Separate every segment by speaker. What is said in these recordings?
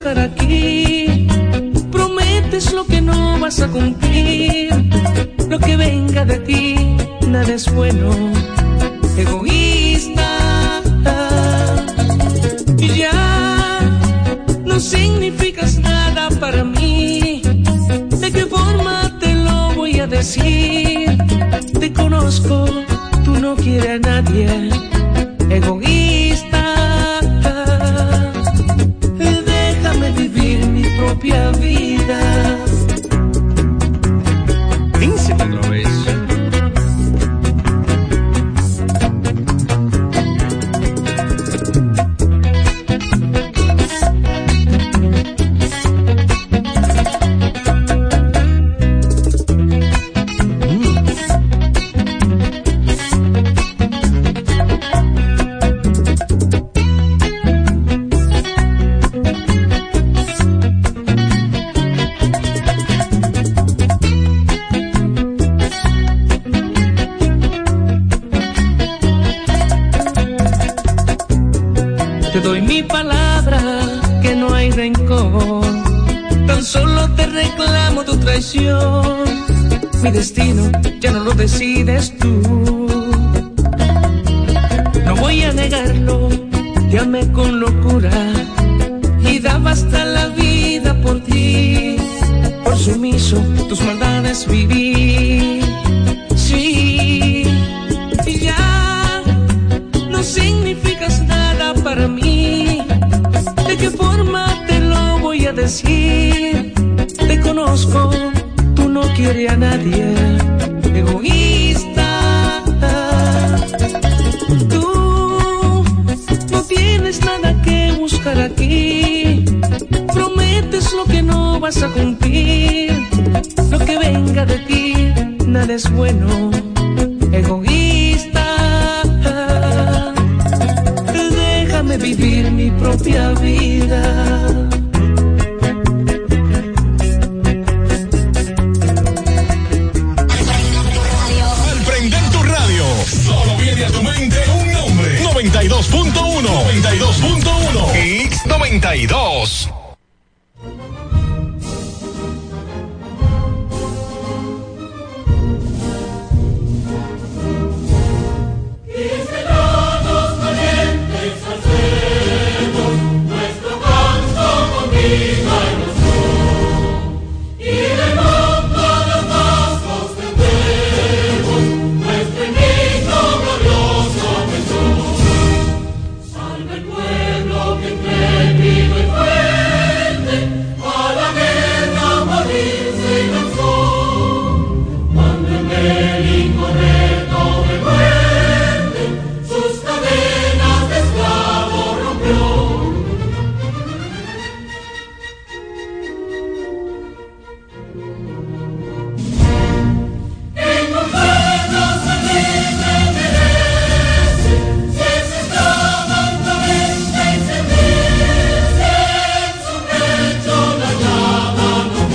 Speaker 1: estar aquí. Prometes lo que no vas a cumplir. Lo que venga de ti, nada es bueno. Egoísta. Y ya no significas nada para mí. ¿De qué forma te lo voy a decir? Te conozco, tú no quieres a nadie. Egoísta. Déjame vivir mi propia vida.
Speaker 2: Príncipe otra vez.
Speaker 1: Te doy mi palabra que no hay rencor. Tan solo te reclamo tu traición. Mi destino ya no lo decides tú. No voy a negarlo, te amé con locura. Y daba hasta la vida por ti. Por sumiso tus maldades viví. Sí, y ya no significas nada para mí. ¿De qué forma te lo voy a decir? Te conozco, tú no quieres a nadie. Egoísta, tú no tienes nada que buscar aquí. Prometes lo que no vas a cumplir. Lo que venga de ti, nada es bueno. Egoísta, déjame vivir mi propia vida.
Speaker 3: Al prender tu radio, solo viene a tu mente un nombre. 92.1. 92.1. X92.
Speaker 4: Todos valientes hacemos nuestro canto con vida y luz. Y del mundo a los más ostentemos nuestro himno glorioso Jesús. Salve el pueblo que intrépido y fuerte a la guerra morirse y lanzó. Cuando en el incorrecto de muerte sus cadenas de esclavo rompió. En tus manos a ti te merece, si ese esclavo aprovecha y se vence, en su pecho la llama no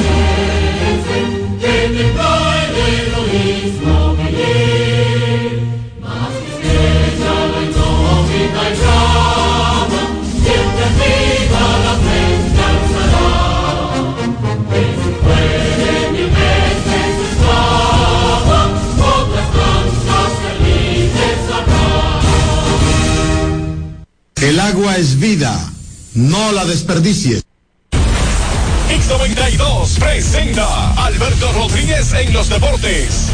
Speaker 4: crece, que tembló el heroísmo venir. Mas estrella la incógnita y llama, siempre arriba la frente alzará. Que si fuere mil veces esclava, otras tantas felices habrá.
Speaker 5: El agua es vida, no la desperdicies.
Speaker 3: X92 presenta Alberto Rodríguez en los deportes.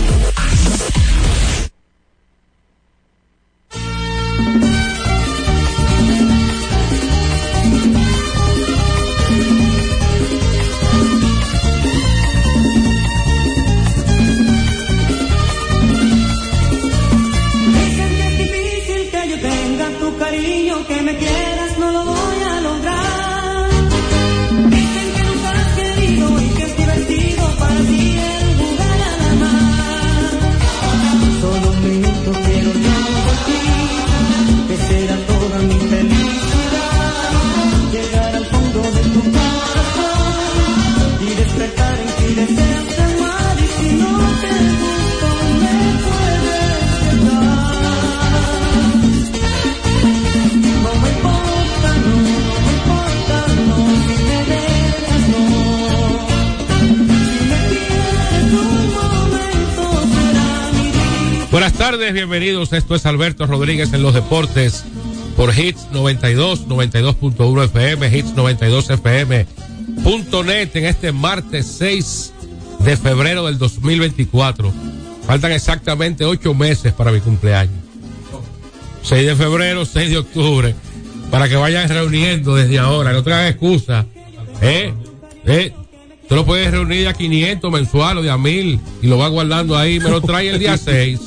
Speaker 6: Sé que es difícil que yo tenga tu cariño, que me quieras, no lo voy a lograr. Dicen que nunca has querido y que es divertido para ti el jugar a la mar.
Speaker 7: Buenas tardes, bienvenidos. Esto es Alberto Rodríguez en los deportes por Hits 92, 92.1 FM, Hits 92 FM.net en este martes 6 de febrero del 2024. Faltan exactamente 8 meses para mi cumpleaños. 6 de febrero, 6 de octubre. Para que vayan reuniendo desde ahora. No traigan excusa. ¿Eh? ¿Eh? Tú lo puedes reunir a 500 mensual o de a 1000 y lo vas guardando ahí. Me lo trae el día 6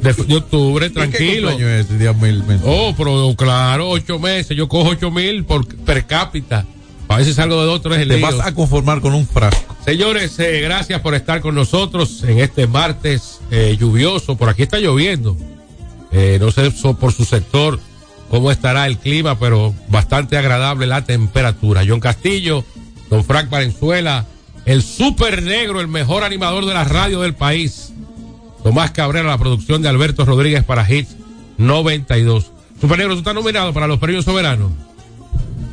Speaker 7: de, de octubre, tranquilo.
Speaker 8: es el día mil mensual?
Speaker 7: Oh, pero claro, ocho meses. Yo cojo ocho mil por, per cápita. A veces salgo de dos, tres
Speaker 8: Te
Speaker 7: líos.
Speaker 8: vas a conformar con un frasco.
Speaker 7: Señores, eh, gracias por estar con nosotros en este martes eh, lluvioso. Por aquí está lloviendo. Eh, no sé so- por su sector cómo estará el clima, pero bastante agradable la temperatura. John Castillo, don Frank Valenzuela, el super negro, el mejor animador de la radio del país. Tomás Cabrera, la producción de Alberto Rodríguez para Hits 92. Super negro, tú estás nominado para los premios soberanos.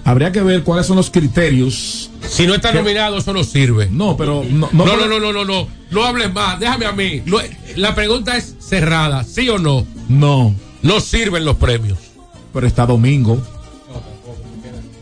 Speaker 9: Habría que ver cuáles son los criterios.
Speaker 7: Si no estás nominado, eso no sirve.
Speaker 9: No, pero no, no,
Speaker 7: No, no, no, no, no, no. No hables más. Déjame a mí. No, eh, la pregunta es cerrada. ¿Sí o no?
Speaker 9: No,
Speaker 7: No sirven los premios.
Speaker 9: pero está domingo.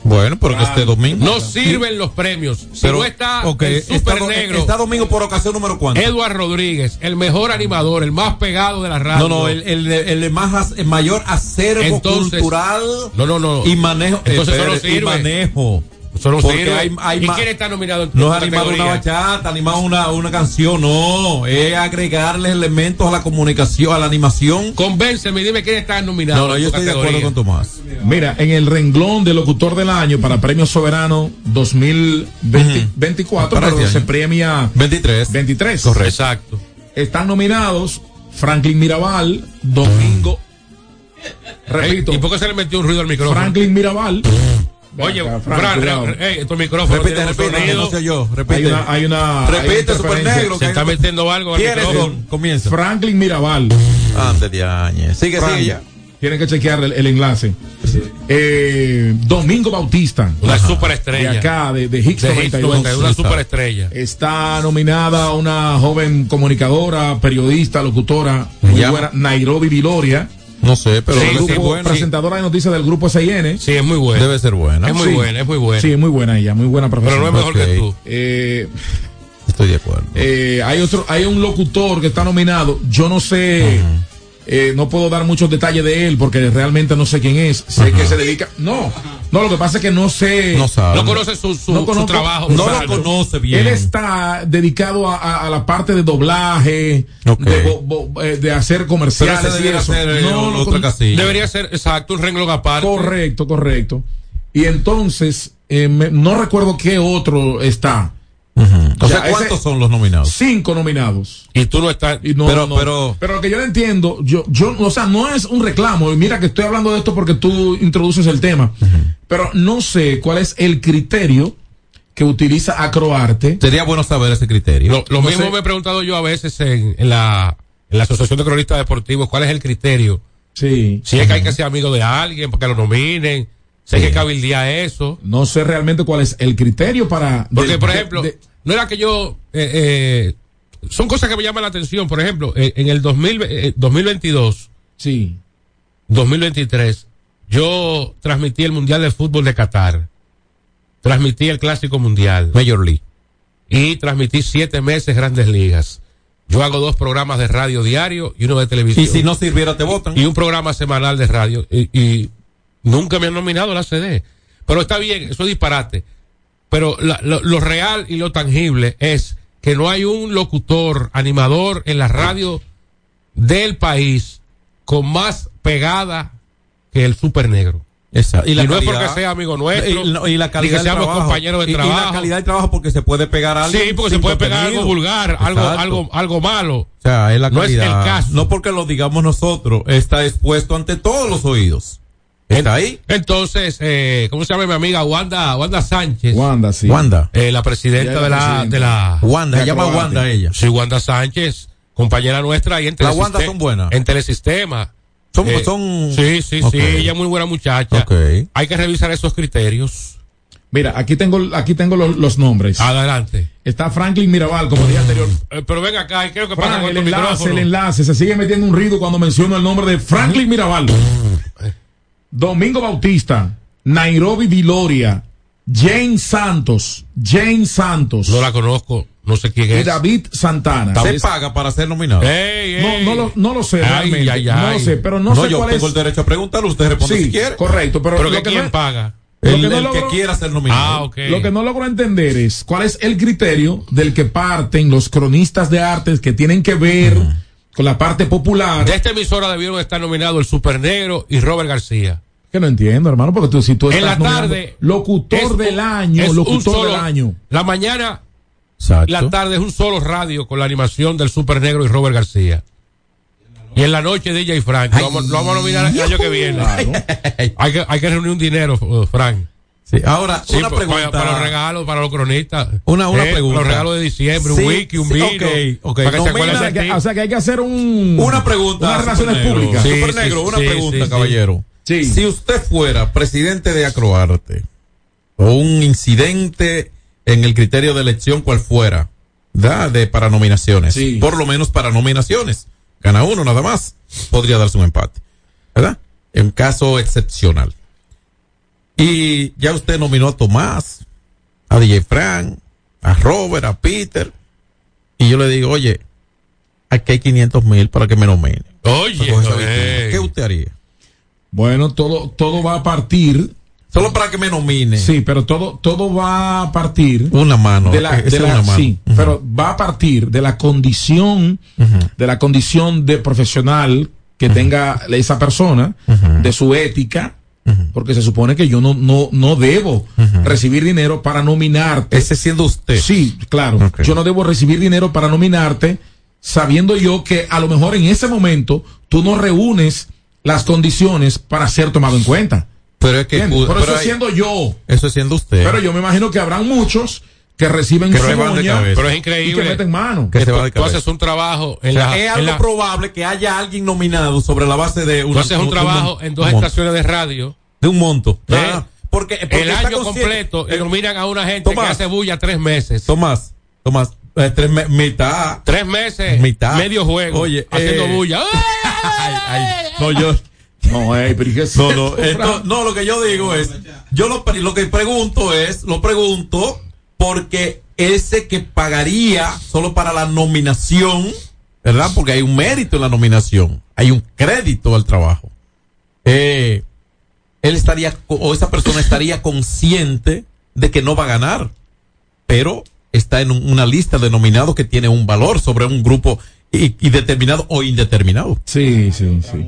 Speaker 8: Bueno, pero que este domingo.
Speaker 7: No sirven los premios. Si
Speaker 8: pero
Speaker 7: no está
Speaker 8: ok,
Speaker 7: el super
Speaker 8: do-
Speaker 7: negro,
Speaker 8: está domingo por ocasión número cuánto.
Speaker 7: Eduard Rodríguez, el mejor animador, el más pegado de la radio.
Speaker 8: no, no, el, el, el más as- el mayor acervo
Speaker 7: Entonces-
Speaker 8: cultural
Speaker 7: No, no, no.
Speaker 8: y manejo. eh,
Speaker 7: Entonces eso no
Speaker 8: espere, y
Speaker 7: sirve.
Speaker 8: manejo.
Speaker 7: Eso no
Speaker 8: Porque
Speaker 7: sirve.
Speaker 8: hay- hay
Speaker 7: ¿Y
Speaker 8: ma-
Speaker 7: quién está nominado en tu
Speaker 8: No es animar una
Speaker 7: categoría?
Speaker 8: bachata, animar una, una canción, no. Es agregarle elementos a la comunicación, a la animación.
Speaker 7: Convénceme y dime quién está nominado.
Speaker 8: No, no,
Speaker 7: en
Speaker 8: yo
Speaker 7: tu
Speaker 8: estoy de acuerdo
Speaker 7: categoría.
Speaker 8: con Tomás.
Speaker 9: Mira, en el renglón de locutor del año para Premio Soberano 2024,
Speaker 8: Para este
Speaker 9: pero se
Speaker 8: año.
Speaker 9: premia
Speaker 8: 23.
Speaker 9: 23.
Speaker 7: Exacto.
Speaker 9: Están nominados Franklin Mirabal, Domingo. Repito,
Speaker 7: ¿Y por qué se le metió un ruido al micrófono?
Speaker 9: Franklin Mirabal.
Speaker 7: Oye,
Speaker 9: Ven acá, Frank,
Speaker 7: Fran,
Speaker 9: cuidado.
Speaker 7: re- re- ey, tu micrófono.
Speaker 8: Repite,
Speaker 7: tiene mucho
Speaker 8: repite, que
Speaker 7: ruido.
Speaker 8: no sé yo.
Speaker 9: Hay
Speaker 8: Repite.
Speaker 9: una, hay una. Ah, hay una
Speaker 8: Repite, super
Speaker 9: interferencia.
Speaker 8: negro.
Speaker 7: Se está metiendo algo al
Speaker 8: ¿Quién es?
Speaker 7: micrófono.
Speaker 8: Comienza.
Speaker 9: Franklin Mirabal.
Speaker 8: Antes de años. Sigue,
Speaker 9: Frank,
Speaker 8: sigue ya.
Speaker 9: Tienen que chequear el, el enlace. Eh, Domingo Bautista.
Speaker 7: Una
Speaker 9: De
Speaker 7: superestrella.
Speaker 9: acá, de, de Hicks
Speaker 7: De Hits
Speaker 9: 92.
Speaker 7: 92, una superestrella.
Speaker 9: Está nominada una joven comunicadora, periodista, locutora, muy
Speaker 8: Ya.
Speaker 9: buena, Nairobi Viloria,
Speaker 8: No sé, pero
Speaker 7: Sí,
Speaker 8: debe,
Speaker 7: sí,
Speaker 8: ser
Speaker 9: grupo-
Speaker 8: buena.
Speaker 9: presentadora de noticias del grupo SIN.
Speaker 7: Sí, es muy buena.
Speaker 8: debe ser buena.
Speaker 7: es muy
Speaker 9: sí.
Speaker 7: buena, es muy buena.
Speaker 9: Sí, muy buena ella, muy buena
Speaker 7: pero no
Speaker 9: profesional.
Speaker 7: es mejor
Speaker 8: Ok.
Speaker 7: que tú.
Speaker 9: Eh,
Speaker 8: Estoy de acuerdo.
Speaker 9: eh, hay otro, hay un locutor que está nominado. Yo no sé, eh, no puedo dar muchos detalles de él porque realmente no sé quién es. Sé que se dedica. No, no. Lo que pasa es que no sé.
Speaker 8: no sabe.
Speaker 7: No conoce su, su,
Speaker 9: No
Speaker 7: su
Speaker 9: conozco-
Speaker 7: trabajo.
Speaker 8: No lo
Speaker 7: Gonzalo.
Speaker 8: conoce bien.
Speaker 9: Él está dedicado a, a- a la parte de doblaje,
Speaker 8: Ok.
Speaker 9: de, bo- bo- eh, de hacer
Speaker 8: pero ese
Speaker 9: comerciales y
Speaker 8: debiera
Speaker 9: eso.
Speaker 8: ser eh,
Speaker 9: No, no,
Speaker 8: otra
Speaker 9: con-
Speaker 8: casilla.
Speaker 7: Debería ser, exacto, un renglón aparte.
Speaker 9: Correcto, correcto. Y entonces, eh, me- no recuerdo qué otro está.
Speaker 8: O sea,
Speaker 9: Ya, ese-
Speaker 8: ¿cuántos son los nominados?
Speaker 9: Cinco nominados.
Speaker 7: Y tú no estás.
Speaker 9: Y no,
Speaker 8: Pero-
Speaker 9: no.
Speaker 8: pero-
Speaker 9: lo que yo no entiendo, yo, yo, o sea, no es un reclamo. y Mira que estoy hablando de esto porque tú introduces el tema. Pero no sé cuál es el criterio que utiliza Acroarte.
Speaker 8: Sería bueno saber ese criterio.
Speaker 7: Lo, lo
Speaker 9: no
Speaker 7: mismo
Speaker 9: sé.
Speaker 7: me he preguntado yo a veces en, en la, en la Asociación de Cronistas Deportivos. ¿Cuál es el criterio?
Speaker 9: Sí.
Speaker 7: Si es que hay que ser amigo de alguien, porque lo nominen. Si hay que cabildea eso.
Speaker 9: No sé realmente cuál es el criterio para.
Speaker 7: Porque,
Speaker 9: de-
Speaker 7: por
Speaker 9: de-
Speaker 7: ejemplo,
Speaker 9: de-
Speaker 7: no era que yo. eh, eh, son cosas que me llaman la atención. Por ejemplo, eh, en el 2000, eh, 2022,
Speaker 9: sí.
Speaker 7: 2023, yo transmití el Mundial de Fútbol de Qatar. Transmití el Clásico Mundial.
Speaker 8: Major League.
Speaker 7: Y transmití siete meses Grandes Ligas. Yo hago dos programas de radio diario y uno de televisión.
Speaker 8: Y si no sirviera, te votan.
Speaker 7: Y un programa semanal de radio. Y, y nunca me han nominado a la CD. Pero está bien, eso es disparate. Pero la- lo, lo real y lo tangible es que no hay un locutor, animador en la radio del país con más pegada que el super negro.
Speaker 8: Esa.
Speaker 7: Y no es porque sea amigo nuestro,
Speaker 8: Y, no- y la
Speaker 7: ni
Speaker 8: calidad
Speaker 7: que
Speaker 8: del
Speaker 7: seamos
Speaker 8: trabajo.
Speaker 7: compañeros de
Speaker 8: Y- y la
Speaker 7: trabajo.
Speaker 8: calidad de trabajo porque se puede pegar algo.
Speaker 7: Sí, porque se puede pegar algo vulgar, algo, algo, algo malo.
Speaker 8: O sea, es la
Speaker 7: No es el
Speaker 8: calidad.
Speaker 7: caso.
Speaker 8: No porque lo digamos nosotros. Está expuesto ante todos los oídos. Está ahí.
Speaker 7: Entonces, eh, ¿cómo se llama mi amiga Wanda, Wanda Sánchez?
Speaker 9: Wanda, sí.
Speaker 8: Wanda.
Speaker 7: eh, la presidenta
Speaker 9: Ella es la
Speaker 7: de la,
Speaker 9: presidenta.
Speaker 7: de la
Speaker 8: Wanda. Se
Speaker 9: De
Speaker 8: llama
Speaker 9: acrobate.
Speaker 8: Wanda ella.
Speaker 7: sí, Wanda Sánchez, compañera nuestra y en
Speaker 8: Las
Speaker 7: Telesiste-
Speaker 8: Wandas son buenas.
Speaker 7: En Telesistema.
Speaker 8: Son,
Speaker 7: Eh,
Speaker 8: son.
Speaker 7: Sí, sí,
Speaker 8: Ok.
Speaker 7: sí, ella es muy buena muchacha.
Speaker 8: Ok.
Speaker 7: Hay que revisar esos criterios.
Speaker 9: Mira, aquí tengo, aquí tengo los, los nombres.
Speaker 7: Adelante.
Speaker 9: Está Franklin Mirabal, como dije anterior.
Speaker 7: Eh, pero ven acá, creo que pasa
Speaker 9: Frank,
Speaker 7: con
Speaker 9: el
Speaker 7: tu
Speaker 9: enlace, el
Speaker 7: micrófono.
Speaker 9: enlace. Se sigue metiendo un ruido cuando menciono el nombre de Franklin Mirabal. Domingo Bautista, Nairobi Viloria, Jane Santos, Jane Santos
Speaker 7: No la conozco, no sé quién
Speaker 9: y
Speaker 7: es.
Speaker 9: David Santana.
Speaker 8: Se paga para ser nominado.
Speaker 7: Ey,
Speaker 9: No,
Speaker 7: ey.
Speaker 9: no lo, no lo sé,
Speaker 7: Ay,
Speaker 9: realmente.
Speaker 7: ay,
Speaker 9: No lo
Speaker 7: ay.
Speaker 9: sé, pero no,
Speaker 8: No,
Speaker 9: sé
Speaker 8: yo
Speaker 9: cuál
Speaker 8: tengo
Speaker 9: es.
Speaker 8: el derecho a preguntar, usted responde
Speaker 9: Sí,
Speaker 8: si quiere.
Speaker 9: correcto, pero,
Speaker 7: Pero
Speaker 9: lo
Speaker 7: que
Speaker 9: que
Speaker 7: quién
Speaker 9: no-
Speaker 7: paga.
Speaker 9: Lo
Speaker 8: El,
Speaker 9: que no
Speaker 8: el que
Speaker 9: logró-
Speaker 8: quiera ser nominado.
Speaker 7: Ah, ok.
Speaker 9: Lo que no logro entender es cuál es el criterio del que parten los cronistas de artes que tienen que ver con la parte popular.
Speaker 7: De esta emisora debieron estar nominados el Super Negro y Robert García.
Speaker 9: Que no entiendo, hermano, porque tú si tú
Speaker 7: En
Speaker 9: estás
Speaker 7: la
Speaker 9: nominando
Speaker 7: tarde,
Speaker 9: locutor
Speaker 7: Es
Speaker 9: del
Speaker 7: un-
Speaker 9: año,
Speaker 7: es un
Speaker 9: locutor
Speaker 7: solo-
Speaker 9: del año.
Speaker 7: La mañana,
Speaker 8: Exacto.
Speaker 7: la tarde es un solo radio con la animación del Super Negro y Robert García. Y en la noche DJ Frank. Lo vamos, lo vamos a nominar el año que viene. Hay, que, hay que reunir un dinero, eh, Frank.
Speaker 8: Sí, Ahora,
Speaker 7: Sí,
Speaker 8: una
Speaker 7: pa-
Speaker 8: pregunta.
Speaker 7: Para, para los regalos, para los cronistas. Eh,
Speaker 8: Una- una
Speaker 9: Eh,
Speaker 8: pregunta.
Speaker 7: Para los regalos de diciembre,
Speaker 8: Sí,
Speaker 7: un wiki, un
Speaker 8: sí,
Speaker 7: vino.
Speaker 8: ok, ok.
Speaker 7: Para que se
Speaker 8: Nomina
Speaker 7: acuerden
Speaker 8: a
Speaker 7: de
Speaker 9: O sea, que,
Speaker 7: ti.
Speaker 9: o sea, que hay que hacer un,
Speaker 8: Una pregunta.
Speaker 9: unas relaciones
Speaker 8: Supernegro.
Speaker 9: públicas.
Speaker 7: Sí,
Speaker 8: Supernegro,
Speaker 7: sí,
Speaker 8: una
Speaker 7: sí,
Speaker 8: pregunta,
Speaker 7: sí,
Speaker 8: caballero.
Speaker 9: sí.
Speaker 8: Si usted fuera presidente de Acroarte, o un incidente en el criterio de elección, cual fuera, ¿da? De, para nominaciones.
Speaker 9: Sí.
Speaker 8: Por lo menos para nominaciones. Gana uno nada más. Podría darse un empate. ¿Verdad? En caso excepcional. Y ya usted nominó a Tomás, a DJ Frank, a Robert, a Peter. Y yo le digo, oye, aquí hay 500 mil para que me nominen.
Speaker 7: Oye,
Speaker 8: Recoge Pues esa
Speaker 7: ey.
Speaker 8: vitrina. ¿Qué usted haría?
Speaker 9: Bueno, todo, todo va a partir.
Speaker 8: Solo para que me nomine.
Speaker 9: Sí, pero todo, todo va a partir.
Speaker 8: Una mano. eh,
Speaker 9: de la,
Speaker 8: Esa
Speaker 9: de
Speaker 8: es
Speaker 9: la-
Speaker 8: una mano.
Speaker 9: sí,
Speaker 8: Ujú.
Speaker 9: pero va a partir de la condición de la condición de profesional que tenga esa persona de su ética porque se supone que yo no no no debo recibir dinero para nominarte
Speaker 8: Ese siendo usted.
Speaker 9: sí claro
Speaker 8: Ok.
Speaker 9: yo no debo recibir dinero para nominarte sabiendo yo que a lo mejor en ese momento tú no reúnes las condiciones para ser tomado en cuenta
Speaker 8: Pero es que.
Speaker 9: ¿Entiendes? por
Speaker 8: pero
Speaker 9: eso
Speaker 8: hay-
Speaker 9: siendo yo
Speaker 8: eso es siendo usted.
Speaker 9: pero yo me imagino que habrán muchos que reciben
Speaker 8: Que se van de
Speaker 9: ciudadanía
Speaker 8: cabeza.
Speaker 7: Pero es
Speaker 9: y que
Speaker 7: increíble.
Speaker 9: meten mano.
Speaker 8: Que se va
Speaker 7: tú,
Speaker 8: de
Speaker 7: tú
Speaker 8: cabeza.
Speaker 7: haces un trabajo en
Speaker 8: O sea,
Speaker 7: la,
Speaker 8: es
Speaker 7: en
Speaker 8: algo
Speaker 7: la-
Speaker 8: probable que haya alguien nominado sobre la base de
Speaker 7: tú haces un trabajo
Speaker 8: mon-
Speaker 7: en dos
Speaker 8: un monto.
Speaker 7: estaciones de radio.
Speaker 8: De un monto.
Speaker 7: ¿eh?
Speaker 8: Ah, porque, porque
Speaker 7: el
Speaker 8: está
Speaker 7: año
Speaker 8: consciente-
Speaker 7: completo y
Speaker 8: Eh,
Speaker 7: nominan a una gente
Speaker 8: Tomás.
Speaker 7: que hace bulla tres meses.
Speaker 8: Tomás, Tomás, eh, tres me- mitad.
Speaker 7: tres meses,
Speaker 8: Mitad.
Speaker 7: medio juego,
Speaker 8: Oye,
Speaker 7: haciendo
Speaker 8: eh,
Speaker 7: bulla.
Speaker 8: Ay, ay, no, yo.
Speaker 9: No, ey, pero ¿y qué es
Speaker 8: No,
Speaker 9: esto,
Speaker 8: no, esto-
Speaker 9: Fran?
Speaker 8: no, lo que yo digo es, yo lo, pre- lo que pregunto es, lo pregunto porque ese que pagaría solo para la nominación, ¿verdad? Porque hay un mérito en la nominación, hay un crédito al trabajo. Eh, él estaría, co- o esa persona estaría consciente de que no va a ganar, pero está en un- una lista de nominados que tiene un valor sobre un grupo y, y determinado o indeterminado.
Speaker 9: Sí, sí, sí.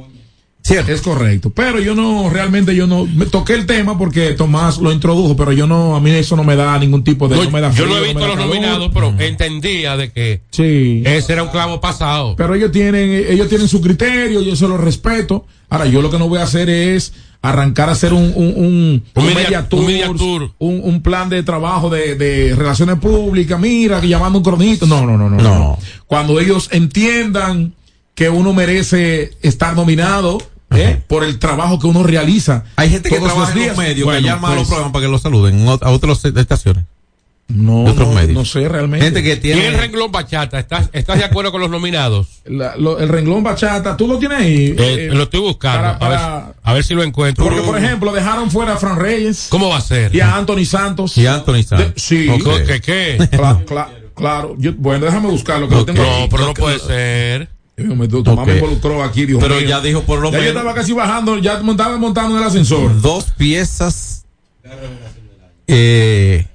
Speaker 8: ¿Cierto?
Speaker 9: Es correcto. Pero yo no, realmente yo no. Me toqué el tema porque Tomás lo introdujo, pero yo no, a mí eso no me da ningún tipo de.
Speaker 7: No,
Speaker 9: no me da
Speaker 7: yo
Speaker 9: frío,
Speaker 7: no he
Speaker 9: me
Speaker 7: visto
Speaker 9: da
Speaker 7: los
Speaker 9: calor.
Speaker 7: nominados, pero entendía de que
Speaker 9: Sí.
Speaker 7: ese era un clavo pasado.
Speaker 9: Pero ellos tienen, ellos tienen su criterio, yo se lo respeto. Ahora, yo lo que no voy a hacer es arrancar a hacer un, un, un,
Speaker 7: Un media- un media tour.
Speaker 9: un- un plan de trabajo de, de relaciones públicas, mira, que llamando a un cronista. No, no, no, no,
Speaker 8: No.
Speaker 9: Cuando ellos entiendan que uno merece estar nominado ¿eh?
Speaker 8: Ajá.
Speaker 9: por el trabajo que uno realiza.
Speaker 8: Hay gente que
Speaker 9: todos
Speaker 8: trabaja
Speaker 9: los
Speaker 8: en los
Speaker 9: días.
Speaker 8: medios
Speaker 9: Bueno,
Speaker 8: que llama a los
Speaker 9: pues,
Speaker 8: programas para que los saluden en ot- a otras estaciones.
Speaker 9: no,
Speaker 8: de otros
Speaker 9: no,
Speaker 8: medios.
Speaker 9: no sé realmente.
Speaker 8: Gente que
Speaker 7: Y el
Speaker 8: tiene.
Speaker 7: renglón bachata, ¿estás, estás de acuerdo con los nominados?
Speaker 9: La- lo- el renglón bachata, tú lo tienes ahí.
Speaker 7: Eh,
Speaker 9: Eh,
Speaker 7: lo estoy buscando,
Speaker 9: para-
Speaker 7: a,
Speaker 9: para-
Speaker 7: ver, a ver si lo encuentro.
Speaker 9: Porque, por ejemplo, dejaron fuera a Fran Reyes
Speaker 7: ¿Cómo va a ser?
Speaker 9: y a Anthony Santos.
Speaker 8: Y Anthony Sanz.
Speaker 9: De- sí.
Speaker 7: ¿O
Speaker 9: Ok.
Speaker 7: co- que qué?
Speaker 9: Cla- cla- claro. Yo- bueno, déjame buscarlo. Que lo tengo
Speaker 7: Eh. No,
Speaker 9: aquí.
Speaker 7: pero no puede ser.
Speaker 9: Dios mío, Tomás
Speaker 8: Ok.
Speaker 9: me involucró aquí, Dios
Speaker 8: Pero
Speaker 9: mío.
Speaker 8: ya dijo por lo
Speaker 9: Ya yo
Speaker 8: menos
Speaker 9: estaba casi bajando, ya montaba montando en el ascensor.
Speaker 8: dos piezas eh,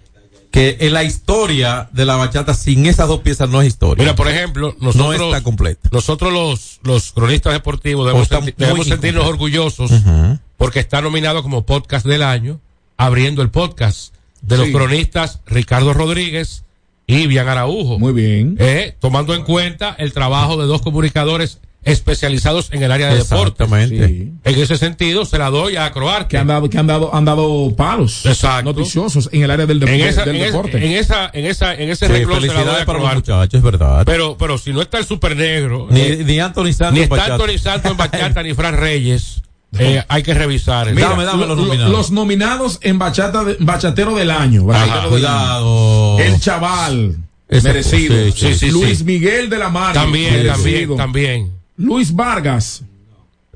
Speaker 8: que en la historia de la bachata sin esas dos piezas no es historia.
Speaker 7: Mira, por ejemplo,
Speaker 8: no
Speaker 7: nosotros,
Speaker 8: está completa.
Speaker 7: nosotros los, los cronistas deportivos
Speaker 8: O
Speaker 7: debemos,
Speaker 8: está
Speaker 7: senti-
Speaker 8: muy
Speaker 7: debemos
Speaker 8: incompleto.
Speaker 7: sentirnos orgullosos
Speaker 8: Ujú.
Speaker 7: porque está nominado como podcast del año, abriendo el podcast de los
Speaker 9: Sí.
Speaker 7: cronistas Ricardo Rodríguez y Bian Araujo.
Speaker 9: Muy bien.
Speaker 7: Eh, tomando en cuenta el trabajo de dos comunicadores especializados en el área de deporte.
Speaker 8: Exactamente.
Speaker 9: Sí.
Speaker 7: En ese sentido, se la doy a Croarte.
Speaker 9: Que han dado, que han dado, han dado palos
Speaker 7: Exacto.
Speaker 9: noticiosos en el área del, depo-
Speaker 7: En esa,
Speaker 9: del
Speaker 7: en, esa-
Speaker 9: deporte.
Speaker 7: en esa, en esa, en ese
Speaker 8: Sí,
Speaker 7: renglón se la doy
Speaker 8: felicidades
Speaker 7: a
Speaker 8: para los
Speaker 7: Croarte.
Speaker 8: muchachos, es verdad.
Speaker 7: Pero, pero si no está el super negro,
Speaker 8: ni, ni Anthony Sanz
Speaker 7: ni
Speaker 8: en
Speaker 7: está
Speaker 8: bachata.
Speaker 7: Anthony Santos en bachata, ni Fran Reyes. eh, hay que revisar. el-
Speaker 8: Mira,
Speaker 7: Dame, dame.
Speaker 8: dame los
Speaker 9: Lo-
Speaker 8: nominados.
Speaker 9: los nominados en bachata de- bachatero del año. Bachatero
Speaker 8: Ajá,
Speaker 9: del
Speaker 8: cuidado.
Speaker 9: año. El chaval.
Speaker 8: Ese-
Speaker 9: merecido.
Speaker 8: sí, sí, sí,
Speaker 9: Luis
Speaker 8: sí.
Speaker 9: Miguel de la Mar.
Speaker 7: También,
Speaker 9: merecido.
Speaker 7: también, también.
Speaker 9: Luis Vargas.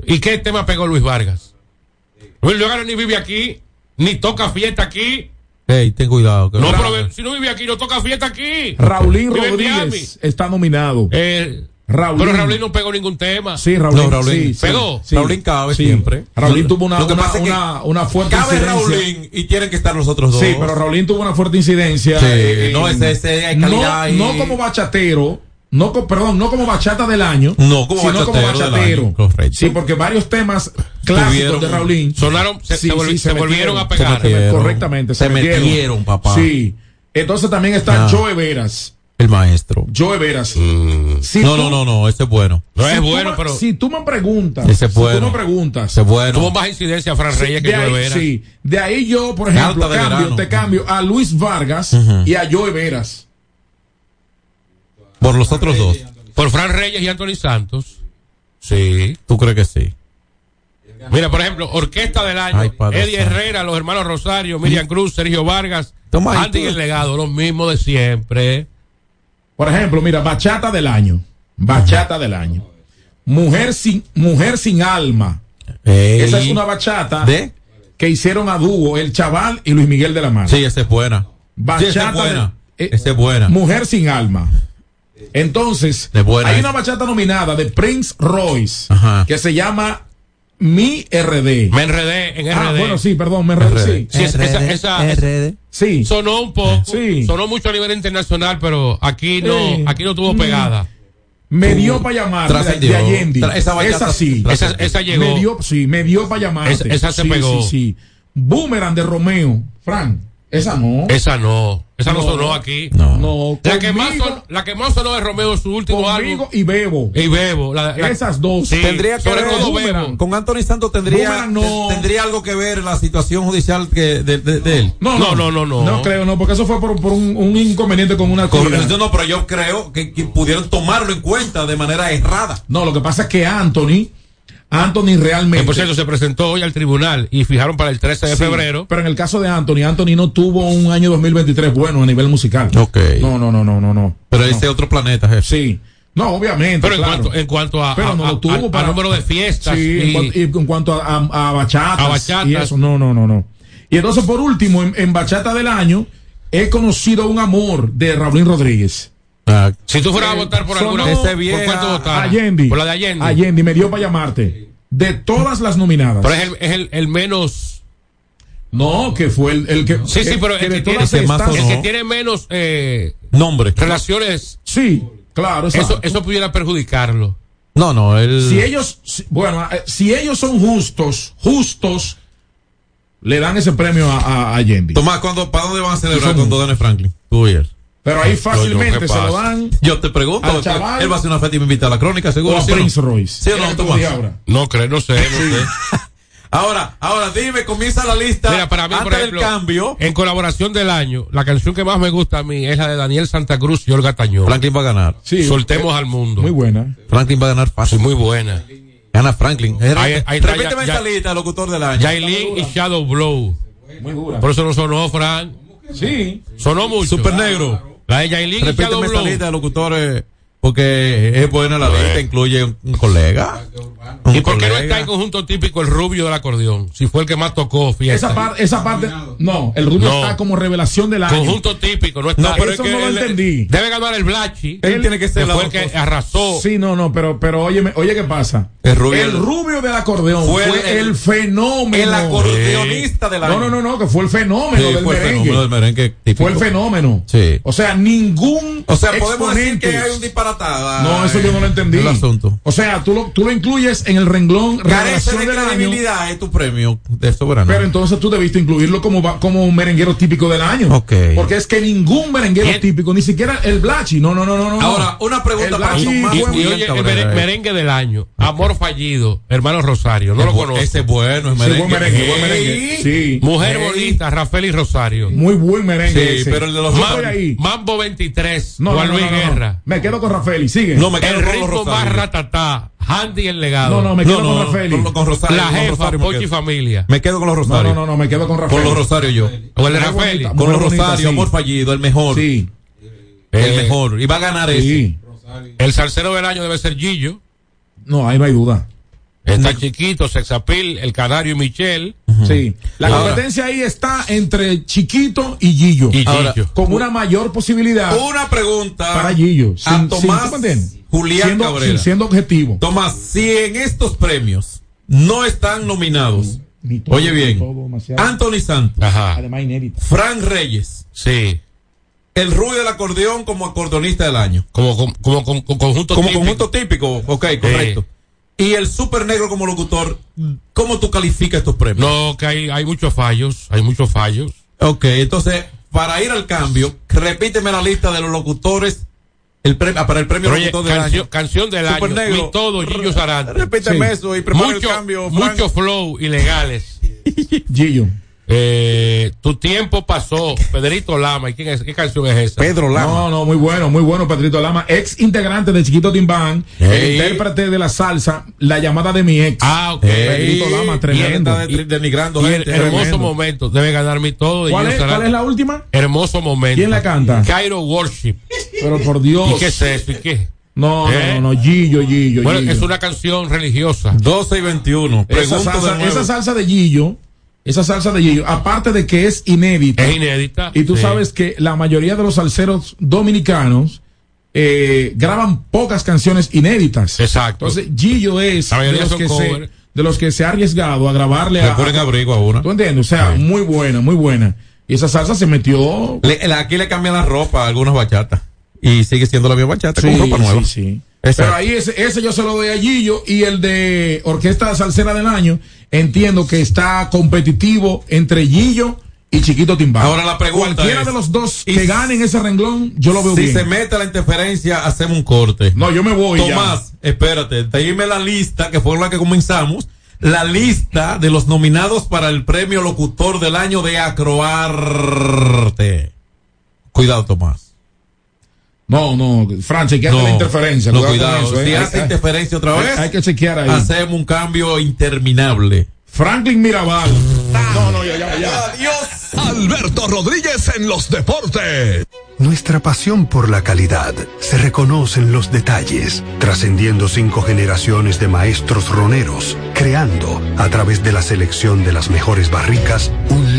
Speaker 7: ¿Y qué tema pegó Luis Vargas? Luis Vargas ni vive aquí, ni toca fiesta aquí.
Speaker 8: Ey, ten cuidado. que-
Speaker 7: No, pero si no vive aquí, no toca fiesta aquí.
Speaker 9: Raulín
Speaker 7: Vive en
Speaker 9: Rodríguez está nominado.
Speaker 7: Eh,
Speaker 9: Raulín.
Speaker 7: Pero Raulín no pegó ningún tema.
Speaker 9: Sí, Raulín.
Speaker 8: No, Raulín.
Speaker 9: sí, sí,
Speaker 7: Pegó.
Speaker 9: sí.
Speaker 8: Raulín cabe
Speaker 9: Sí.
Speaker 8: siempre.
Speaker 9: Raulín tuvo una,
Speaker 8: Lo que
Speaker 9: una,
Speaker 8: pasa es que
Speaker 9: una- una fuerte
Speaker 8: Cabe
Speaker 9: incidencia.
Speaker 8: Raulín y tienen que estar los otros dos.
Speaker 9: Sí, pero Raulín tuvo una fuerte incidencia.
Speaker 8: Sí,
Speaker 9: eh,
Speaker 8: no,
Speaker 9: en-
Speaker 8: ese- ese hay
Speaker 9: no-
Speaker 8: calidad ahí.
Speaker 9: no como bachatero, no co- perdón, no como bachata del año.
Speaker 8: No, como
Speaker 9: sino como
Speaker 8: bachatero del
Speaker 9: bachatero.
Speaker 8: año, correcto.
Speaker 9: Sí, porque varios temas clásicos
Speaker 8: Tuvieron-
Speaker 9: de Raulín.
Speaker 7: Sonaron, se,
Speaker 9: Sí,
Speaker 7: se volvi-
Speaker 9: sí,
Speaker 7: se volvieron
Speaker 9: metieron,
Speaker 7: a pegar.
Speaker 9: se metieron,
Speaker 8: Se
Speaker 9: correctamente, se,
Speaker 8: se metieron, papá.
Speaker 9: Sí. Entonces también está
Speaker 8: Ah.
Speaker 9: Joe Veras.
Speaker 8: el maestro.
Speaker 9: Joe Veras. Mm. Si
Speaker 8: Mm. No,
Speaker 9: tú-
Speaker 8: no, no, no, ese es bueno.
Speaker 7: No
Speaker 9: si
Speaker 7: es
Speaker 9: tú
Speaker 7: bueno,
Speaker 9: me-
Speaker 7: pero
Speaker 9: Si tú me preguntas.
Speaker 8: Ese es
Speaker 9: si tú
Speaker 8: bueno.
Speaker 9: me preguntas.
Speaker 8: Ese es bueno.
Speaker 7: tuvo más incidencia Fran Reyes que
Speaker 9: de ahí,
Speaker 7: Joe Vera.
Speaker 9: sí. De ahí yo, por ejemplo,
Speaker 8: Carta de
Speaker 9: cambio,
Speaker 8: verano.
Speaker 9: te cambio a Luis Vargas
Speaker 8: Ujú.
Speaker 9: y a Joe Veras.
Speaker 8: Por los otros dos.
Speaker 7: Por Fran Reyes y Anthony Santos. Sí.
Speaker 8: ¿Tú crees que sí?
Speaker 7: Mira, por ejemplo, Orquesta del Año,
Speaker 8: Ay, Padre
Speaker 7: Eddie
Speaker 8: Santo.
Speaker 7: Herrera, los hermanos Rosario, Miriam Cruz, Sergio Vargas,
Speaker 8: Toma ahí
Speaker 7: Andy
Speaker 8: tú.
Speaker 7: y el Legado, los mismos de siempre.
Speaker 9: Por ejemplo, mira, bachata del año. Bachata del año. Mujer sin, mujer sin alma. Esa
Speaker 8: Ey.
Speaker 9: es una bachata
Speaker 8: ¿De?
Speaker 9: que hicieron a dúo el chaval y Luis Miguel de la Mar.
Speaker 8: Sí, esa es buena.
Speaker 9: Bachata
Speaker 8: Sí, esa es
Speaker 9: de-
Speaker 8: buena.
Speaker 9: eh,
Speaker 8: Esa es buena.
Speaker 9: Mujer sin alma. Entonces,
Speaker 8: De buena
Speaker 9: hay
Speaker 8: esa.
Speaker 9: una bachata nominada de Prince Royce
Speaker 8: Ajá.
Speaker 9: que se llama Mi RD.
Speaker 7: Me enredé en RD.
Speaker 9: Ah, bueno, sí, perdón, me enredé, sí.
Speaker 8: RD.
Speaker 7: Sí, esa- esa- esa-
Speaker 9: Sí.
Speaker 7: Sonó un poco,
Speaker 9: Sí.
Speaker 7: sonó mucho a nivel internacional, pero aquí no,
Speaker 9: Eh.
Speaker 7: aquí no tuvo pegada.
Speaker 9: Me dio para llamar de,
Speaker 8: Trascendió.
Speaker 9: de Allende.
Speaker 8: Tra- esa
Speaker 9: Esa,
Speaker 8: bachata-
Speaker 9: sí.
Speaker 8: tra-
Speaker 7: Esa, esa llegó.
Speaker 9: Me dio, sí, me dio para llamar.
Speaker 7: Esa- esa se
Speaker 9: sí,
Speaker 7: pegó.
Speaker 9: Sí, sí. Boomerang de Romeo. Fran, esa no.
Speaker 7: Esa no, esa no,
Speaker 9: No.
Speaker 7: sonó aquí.
Speaker 8: No.
Speaker 9: No,
Speaker 7: La que, más
Speaker 9: conmigo,
Speaker 7: son- la que más sonó de Romeo su último álbum.
Speaker 9: conmigo y Bebo.
Speaker 7: Y Bebo. la- la-
Speaker 9: Esas dos.
Speaker 7: Sí,
Speaker 8: Tendría que
Speaker 7: sobre
Speaker 8: ver
Speaker 7: todo
Speaker 9: Boomerang.
Speaker 7: Bebo.
Speaker 8: Con Anthony Santos tendría,
Speaker 9: Boomerang no.
Speaker 8: ten- tendría algo que ver la situación judicial que de, de- de él.
Speaker 7: No, no, no, no, no.
Speaker 9: No creo, no, porque eso fue por, por un, un inconveniente con una
Speaker 8: Correcto.
Speaker 9: actividad.
Speaker 8: No, pero yo creo que, que pudieron tomarlo en cuenta de manera errada.
Speaker 9: No, lo que pasa es que Anthony, Anthony realmente.
Speaker 7: Que, por cierto, se presentó hoy al tribunal y fijaron para el 13 de
Speaker 9: Sí,
Speaker 7: febrero.
Speaker 9: Pero en el caso de Anthony, Anthony no tuvo un año 2023 bueno a nivel musical.
Speaker 8: Ok.
Speaker 9: No, no, no, no, no, no.
Speaker 8: Pero ese es otro planeta, jefe.
Speaker 9: Sí. No, obviamente.
Speaker 7: Pero en,
Speaker 9: claro.
Speaker 7: cuanto, en cuanto a,
Speaker 9: Pero
Speaker 7: a-
Speaker 9: no lo
Speaker 7: a-
Speaker 9: tuvo
Speaker 7: al- al
Speaker 9: para-
Speaker 7: número de fiestas
Speaker 9: Sí, en
Speaker 7: y-
Speaker 9: cuanto- y en cuanto a, a- a bachatas.
Speaker 7: A bachatas.
Speaker 9: Y eso, no, no, no, no. Y entonces, por último, en, en Bachata del Año, he conocido un amor de Raulín Rodríguez. Eh,
Speaker 8: Ah,
Speaker 7: si tú fueras a votar por
Speaker 9: Sonó
Speaker 7: alguna,
Speaker 8: ese
Speaker 7: ¿por
Speaker 8: vieja
Speaker 7: cuál tú votaras?
Speaker 9: Allende.
Speaker 7: Por la de Allende.
Speaker 9: Allende, me dio para llamarte. De todas las nominadas.
Speaker 7: Pero es el, es el, el menos,
Speaker 9: No, que fue el, el que.
Speaker 7: Sí, sí,
Speaker 9: que-
Speaker 7: pero
Speaker 9: que
Speaker 7: el
Speaker 9: de
Speaker 7: que
Speaker 9: todas
Speaker 8: tiene- el que más
Speaker 9: estas-
Speaker 7: el
Speaker 8: No.
Speaker 7: que tiene menos eh,
Speaker 8: nombre.
Speaker 7: relaciones.
Speaker 9: Sí, claro,
Speaker 7: Eso,
Speaker 9: exacto.
Speaker 7: eso pudiera perjudicarlo.
Speaker 8: No, no, él.
Speaker 9: Si ellos, si- bueno, eh, si ellos son justos, justos, le dan ese premio a, a, a Allende.
Speaker 8: Tomás, ¿cuándo, ¿para dónde van a celebrar
Speaker 9: Son-
Speaker 8: con Donald Franklin? Tú y él.
Speaker 9: Pero ahí
Speaker 7: Coño, ¿qué
Speaker 9: fácilmente se lo
Speaker 7: pasa?
Speaker 9: dan
Speaker 8: Yo te pregunto,
Speaker 9: Al
Speaker 8: él,
Speaker 9: chaval.
Speaker 8: él va a hacer una fiesta y me invita a la crónica,
Speaker 9: o
Speaker 8: seguro.
Speaker 9: a
Speaker 8: ¿sí o no?
Speaker 9: Prince Royce.
Speaker 8: ¿Sí o no,
Speaker 9: Era como
Speaker 8: Tomás?
Speaker 9: de ahora.
Speaker 7: No creo, no sé, no sé.
Speaker 8: Ahora, ahora dime, comienza la lista.
Speaker 7: Mira, para mí,
Speaker 8: antes
Speaker 7: por ejemplo,
Speaker 8: del cambio.
Speaker 7: en colaboración del año, la canción que más me gusta a mí es la de Daniel Santa Cruz y Olga Tañón.
Speaker 8: Franklin va a ganar.
Speaker 9: Sí,
Speaker 7: Soltemos al mundo.
Speaker 9: muy buena.
Speaker 8: Franklin va a ganar
Speaker 7: Sí,
Speaker 8: fácil.
Speaker 7: muy buena.
Speaker 8: Gana Franklin. Eh,
Speaker 7: Ahí- ahí está,
Speaker 8: Repíteme
Speaker 7: ya-
Speaker 8: esa
Speaker 7: ya-
Speaker 8: lista, locutor del año.
Speaker 7: Yailin y Shadow Blow.
Speaker 9: Muy dura.
Speaker 7: Por eso no sonó, Fran.
Speaker 9: Sí.
Speaker 7: Sonó mucho.
Speaker 8: Super negro.
Speaker 7: La de Yailin y Shadow
Speaker 8: Repíteme esa
Speaker 7: Blow.
Speaker 8: lista, locutores. Porque eh, es buena la lista, incluye un, un colega. un
Speaker 7: ¿Y por qué no
Speaker 8: colega.
Speaker 7: está en conjunto típico el rubio del acordeón? Si fue el que más tocó, fíjate.
Speaker 9: Esa, par- esa parte. No, el rubio
Speaker 7: No.
Speaker 9: está como revelación del año.
Speaker 7: Conjunto típico, no está.
Speaker 8: No, pero
Speaker 9: Eso
Speaker 8: es que
Speaker 9: no lo
Speaker 8: él-
Speaker 9: entendí.
Speaker 7: Debe ganar el Blachi.
Speaker 8: Él tiene que ser
Speaker 7: que
Speaker 8: la
Speaker 7: fue el
Speaker 8: dos
Speaker 7: que
Speaker 8: cosas.
Speaker 7: arrasó.
Speaker 9: Sí, no, no, pero, pero óyeme, oye, ¿qué pasa?
Speaker 8: El rubio-
Speaker 9: El rubio del acordeón
Speaker 8: Fue
Speaker 9: fue,
Speaker 8: el-
Speaker 9: el, fenómeno.
Speaker 8: El acordeonista del año.
Speaker 9: No, no, no, no, que fue el fenómeno
Speaker 8: Sí,
Speaker 9: del
Speaker 8: fue el
Speaker 9: merengue.
Speaker 8: fenómeno del merengue. típico.
Speaker 9: Fue el fenómeno.
Speaker 8: Sí.
Speaker 9: O sea, ningún.
Speaker 8: O sea, podemos decir
Speaker 9: exponente-
Speaker 8: que hay un disparatado. ah,
Speaker 9: No, eso yo no lo entendí.
Speaker 8: El asunto.
Speaker 9: O sea, tú lo, tú lo incluyes en el renglón
Speaker 8: Carece
Speaker 9: revelación
Speaker 8: de
Speaker 9: del año.
Speaker 8: credibilidad eh. es tu premio de soberano.
Speaker 9: Pero entonces tú debiste incluirlo como, va- como un merenguero típico del año.
Speaker 8: Ok.
Speaker 9: Porque es que ningún merenguero
Speaker 7: ¿Quién?
Speaker 9: típico, ni siquiera el Blachi. No, no, no, no. no.
Speaker 8: Ahora, una pregunta
Speaker 9: El
Speaker 8: para
Speaker 9: Blachi
Speaker 8: Tomás.
Speaker 7: Y,
Speaker 9: fue-
Speaker 8: Muy
Speaker 7: y
Speaker 8: bien,
Speaker 7: oye, el
Speaker 8: Cabrera,
Speaker 7: mere-
Speaker 8: eh.
Speaker 7: merengue del año. Amor fallido. Hermano Rosario. No
Speaker 8: Es
Speaker 7: lo
Speaker 8: bu-
Speaker 7: conozco.
Speaker 8: Ese es bueno, es
Speaker 9: Sí,
Speaker 8: merengue.
Speaker 9: buen merengue, buen merengue.
Speaker 8: Ey.
Speaker 9: Sí.
Speaker 7: Mujer
Speaker 8: Ey.
Speaker 7: bonita, Rafael y Rosario.
Speaker 9: Muy buen merengue.
Speaker 8: Sí,
Speaker 9: ese.
Speaker 8: pero el de los
Speaker 9: Yo
Speaker 7: Ma-
Speaker 9: estoy ahí.
Speaker 7: Mambo 23,
Speaker 9: No,
Speaker 7: Juan
Speaker 9: no, no,
Speaker 7: Luis
Speaker 9: no, no.
Speaker 7: Guerra.
Speaker 9: Me quedo con Rafael y sigue.
Speaker 8: No, me quedo con los
Speaker 7: Enrico
Speaker 8: Rosario.
Speaker 7: más ratatá, Handy el legado.
Speaker 9: No, no, me quedo con Rafael.
Speaker 8: con, con Rosario.
Speaker 7: La
Speaker 8: con
Speaker 7: jefa,
Speaker 8: Rosario me
Speaker 7: Pochi
Speaker 8: quedo.
Speaker 7: Familia.
Speaker 8: Me quedo con los
Speaker 9: no,
Speaker 8: Rosarios.
Speaker 9: no, no, no, me quedo con Rafael.
Speaker 8: Con los Rosario yo.
Speaker 7: O el de
Speaker 9: Muy
Speaker 7: Rafael.
Speaker 9: eh, bonita,
Speaker 8: Con
Speaker 9: Muy
Speaker 8: los
Speaker 9: bonita,
Speaker 8: Rosario,
Speaker 9: sí.
Speaker 8: amor fallido, el mejor.
Speaker 9: Sí,
Speaker 8: El
Speaker 7: Eh,
Speaker 8: mejor. Y va a ganar ese.
Speaker 9: sí.
Speaker 7: El salsero del año debe ser Gillo.
Speaker 9: No, ahí no hay duda.
Speaker 7: Está chiquito, Sexapil, el Canario y Michel.
Speaker 9: Sí. La
Speaker 7: Ahora-
Speaker 9: competencia ahí está entre Chiquito y Gillo.
Speaker 7: Y
Speaker 8: Ahora,
Speaker 7: Gillo.
Speaker 9: Con una mayor posibilidad
Speaker 8: Una pregunta
Speaker 9: ah, para Gillo.
Speaker 8: a
Speaker 9: Sin- sin-
Speaker 8: Tomás
Speaker 9: ¿tú me entiendes?
Speaker 8: Julián
Speaker 9: siendo,
Speaker 8: Cabrera.
Speaker 9: siendo objetivo.
Speaker 8: Tomás, si en estos premios no están nominados,
Speaker 9: Ni todo,
Speaker 8: oye
Speaker 9: ni
Speaker 8: bien,
Speaker 9: todo, demasiado.
Speaker 8: Anthony Santos,
Speaker 7: Ajá.
Speaker 9: Además, inédita.
Speaker 8: Frank Reyes,
Speaker 7: Sí.
Speaker 8: el Rubio del acordeón como acordeonista del año,
Speaker 7: Como, como, como, como- como conjunto
Speaker 8: como
Speaker 7: típico.
Speaker 8: conjunto típico, ok, correcto. Y el super negro como locutor, ¿cómo tú calificas estos premios?
Speaker 7: No, que hay, hay muchos fallos. Hay muchos fallos.
Speaker 8: Ok, entonces, para ir al cambio, repíteme la lista de los locutores el pre- ah, para el premio
Speaker 7: Pero oye,
Speaker 8: locutor del
Speaker 7: cancio-
Speaker 8: año.
Speaker 7: canción del
Speaker 8: Super
Speaker 7: año.
Speaker 8: negro.
Speaker 7: Mi todo, Gillo Sarante.
Speaker 8: Repíteme
Speaker 9: Sí.
Speaker 8: eso y prepara
Speaker 7: Mucho,
Speaker 8: el cambio. Frank.
Speaker 7: mucho flow ilegales.
Speaker 9: Gillo.
Speaker 7: Eh, tu tiempo pasó. Pedrito Lama. ¿Y quién es? ¿Qué canción es esa?
Speaker 8: Pedro Lama.
Speaker 9: No, no, muy bueno, muy bueno, Pedrito Lama, ex integrante de Chiquito Timbán, el
Speaker 7: Ey.
Speaker 9: intérprete de la salsa, la llamada de mi ex.
Speaker 7: Ah, ok.
Speaker 8: Ey,
Speaker 9: Pedrito Lama,
Speaker 8: y él
Speaker 9: tremendo.
Speaker 8: está de- denigrando
Speaker 7: Y el
Speaker 8: gente.
Speaker 7: hermoso
Speaker 8: tremendo.
Speaker 7: momento. Debe ganar mi todo. de
Speaker 9: ¿Cuál
Speaker 7: Gillo
Speaker 9: es,
Speaker 7: Sarante.
Speaker 9: cuál es la última?
Speaker 7: Hermoso momento.
Speaker 9: ¿Quién la canta?
Speaker 7: Cairo Worship.
Speaker 9: Pero por Dios.
Speaker 7: ¿Y qué es eso? ¿Y qué?
Speaker 9: No, no,
Speaker 7: ¿Eh?
Speaker 9: no, Gillo, Gillo.
Speaker 7: Bueno,
Speaker 9: Gillo.
Speaker 7: es una canción religiosa.
Speaker 8: 12 y 21.
Speaker 9: Esa
Speaker 8: Pregunto de
Speaker 9: salsa,
Speaker 8: nuevo.
Speaker 9: esa salsa de Gillo, esa salsa de Gillo, aparte de que es inédita,
Speaker 7: Es inédita.
Speaker 9: y tú
Speaker 7: Sí.
Speaker 9: sabes que la mayoría de los salseros dominicanos eh, graban pocas canciones inéditas.
Speaker 7: Exacto.
Speaker 9: Entonces, Gillo es
Speaker 7: La mayoría
Speaker 9: de los,
Speaker 7: son
Speaker 9: que
Speaker 7: cover.
Speaker 9: se, de los que se ha arriesgado a grabarle a.
Speaker 8: Recuerden abrigo ahora.
Speaker 9: ¿Tú entiendes? O sea,
Speaker 7: Sí.
Speaker 9: muy buena, muy buena. Y esa salsa se metió.
Speaker 8: Le- la- aquí le cambian la ropa a algunas bachatas. Y sigue siendo la misma bachata con ropa nueva.
Speaker 9: sí, sí.
Speaker 8: Exacto.
Speaker 9: Pero ahí ese, ese yo se lo doy a Gillo y el de Orquesta Salsera del Año entiendo que está competitivo entre Gillo y Chiquito Timbal.
Speaker 8: Ahora la pregunta
Speaker 9: Cualquiera
Speaker 8: es,
Speaker 9: de los dos
Speaker 8: y
Speaker 9: que
Speaker 8: si-
Speaker 9: ganen ese renglón, yo lo veo
Speaker 8: si
Speaker 9: bien.
Speaker 8: se mete la interferencia, hacemos un corte.
Speaker 9: No, yo me voy ya.
Speaker 8: Tomás, espérate, dime la lista, que fue la que comenzamos. La lista de los nominados para el premio locutor del año de Acroarte. Cuidado, Tomás.
Speaker 9: No, no, Francia, que hace la interferencia.
Speaker 8: No,
Speaker 9: con
Speaker 8: cuidado.
Speaker 9: eso, eh.
Speaker 8: si
Speaker 9: Hay-
Speaker 8: hace
Speaker 9: hay-
Speaker 8: interferencia otra
Speaker 9: hay-
Speaker 8: vez,
Speaker 9: hay que chequear ahí.
Speaker 8: hacemos un cambio interminable.
Speaker 9: Franklin Mirabal. No, no, ya, ya, ya.
Speaker 3: Alberto Rodríguez en los deportes.
Speaker 10: Nuestra pasión por la calidad se reconoce en los detalles, trascendiendo cinco generaciones de maestros roneros, creando, a través de la selección de las mejores barricas, un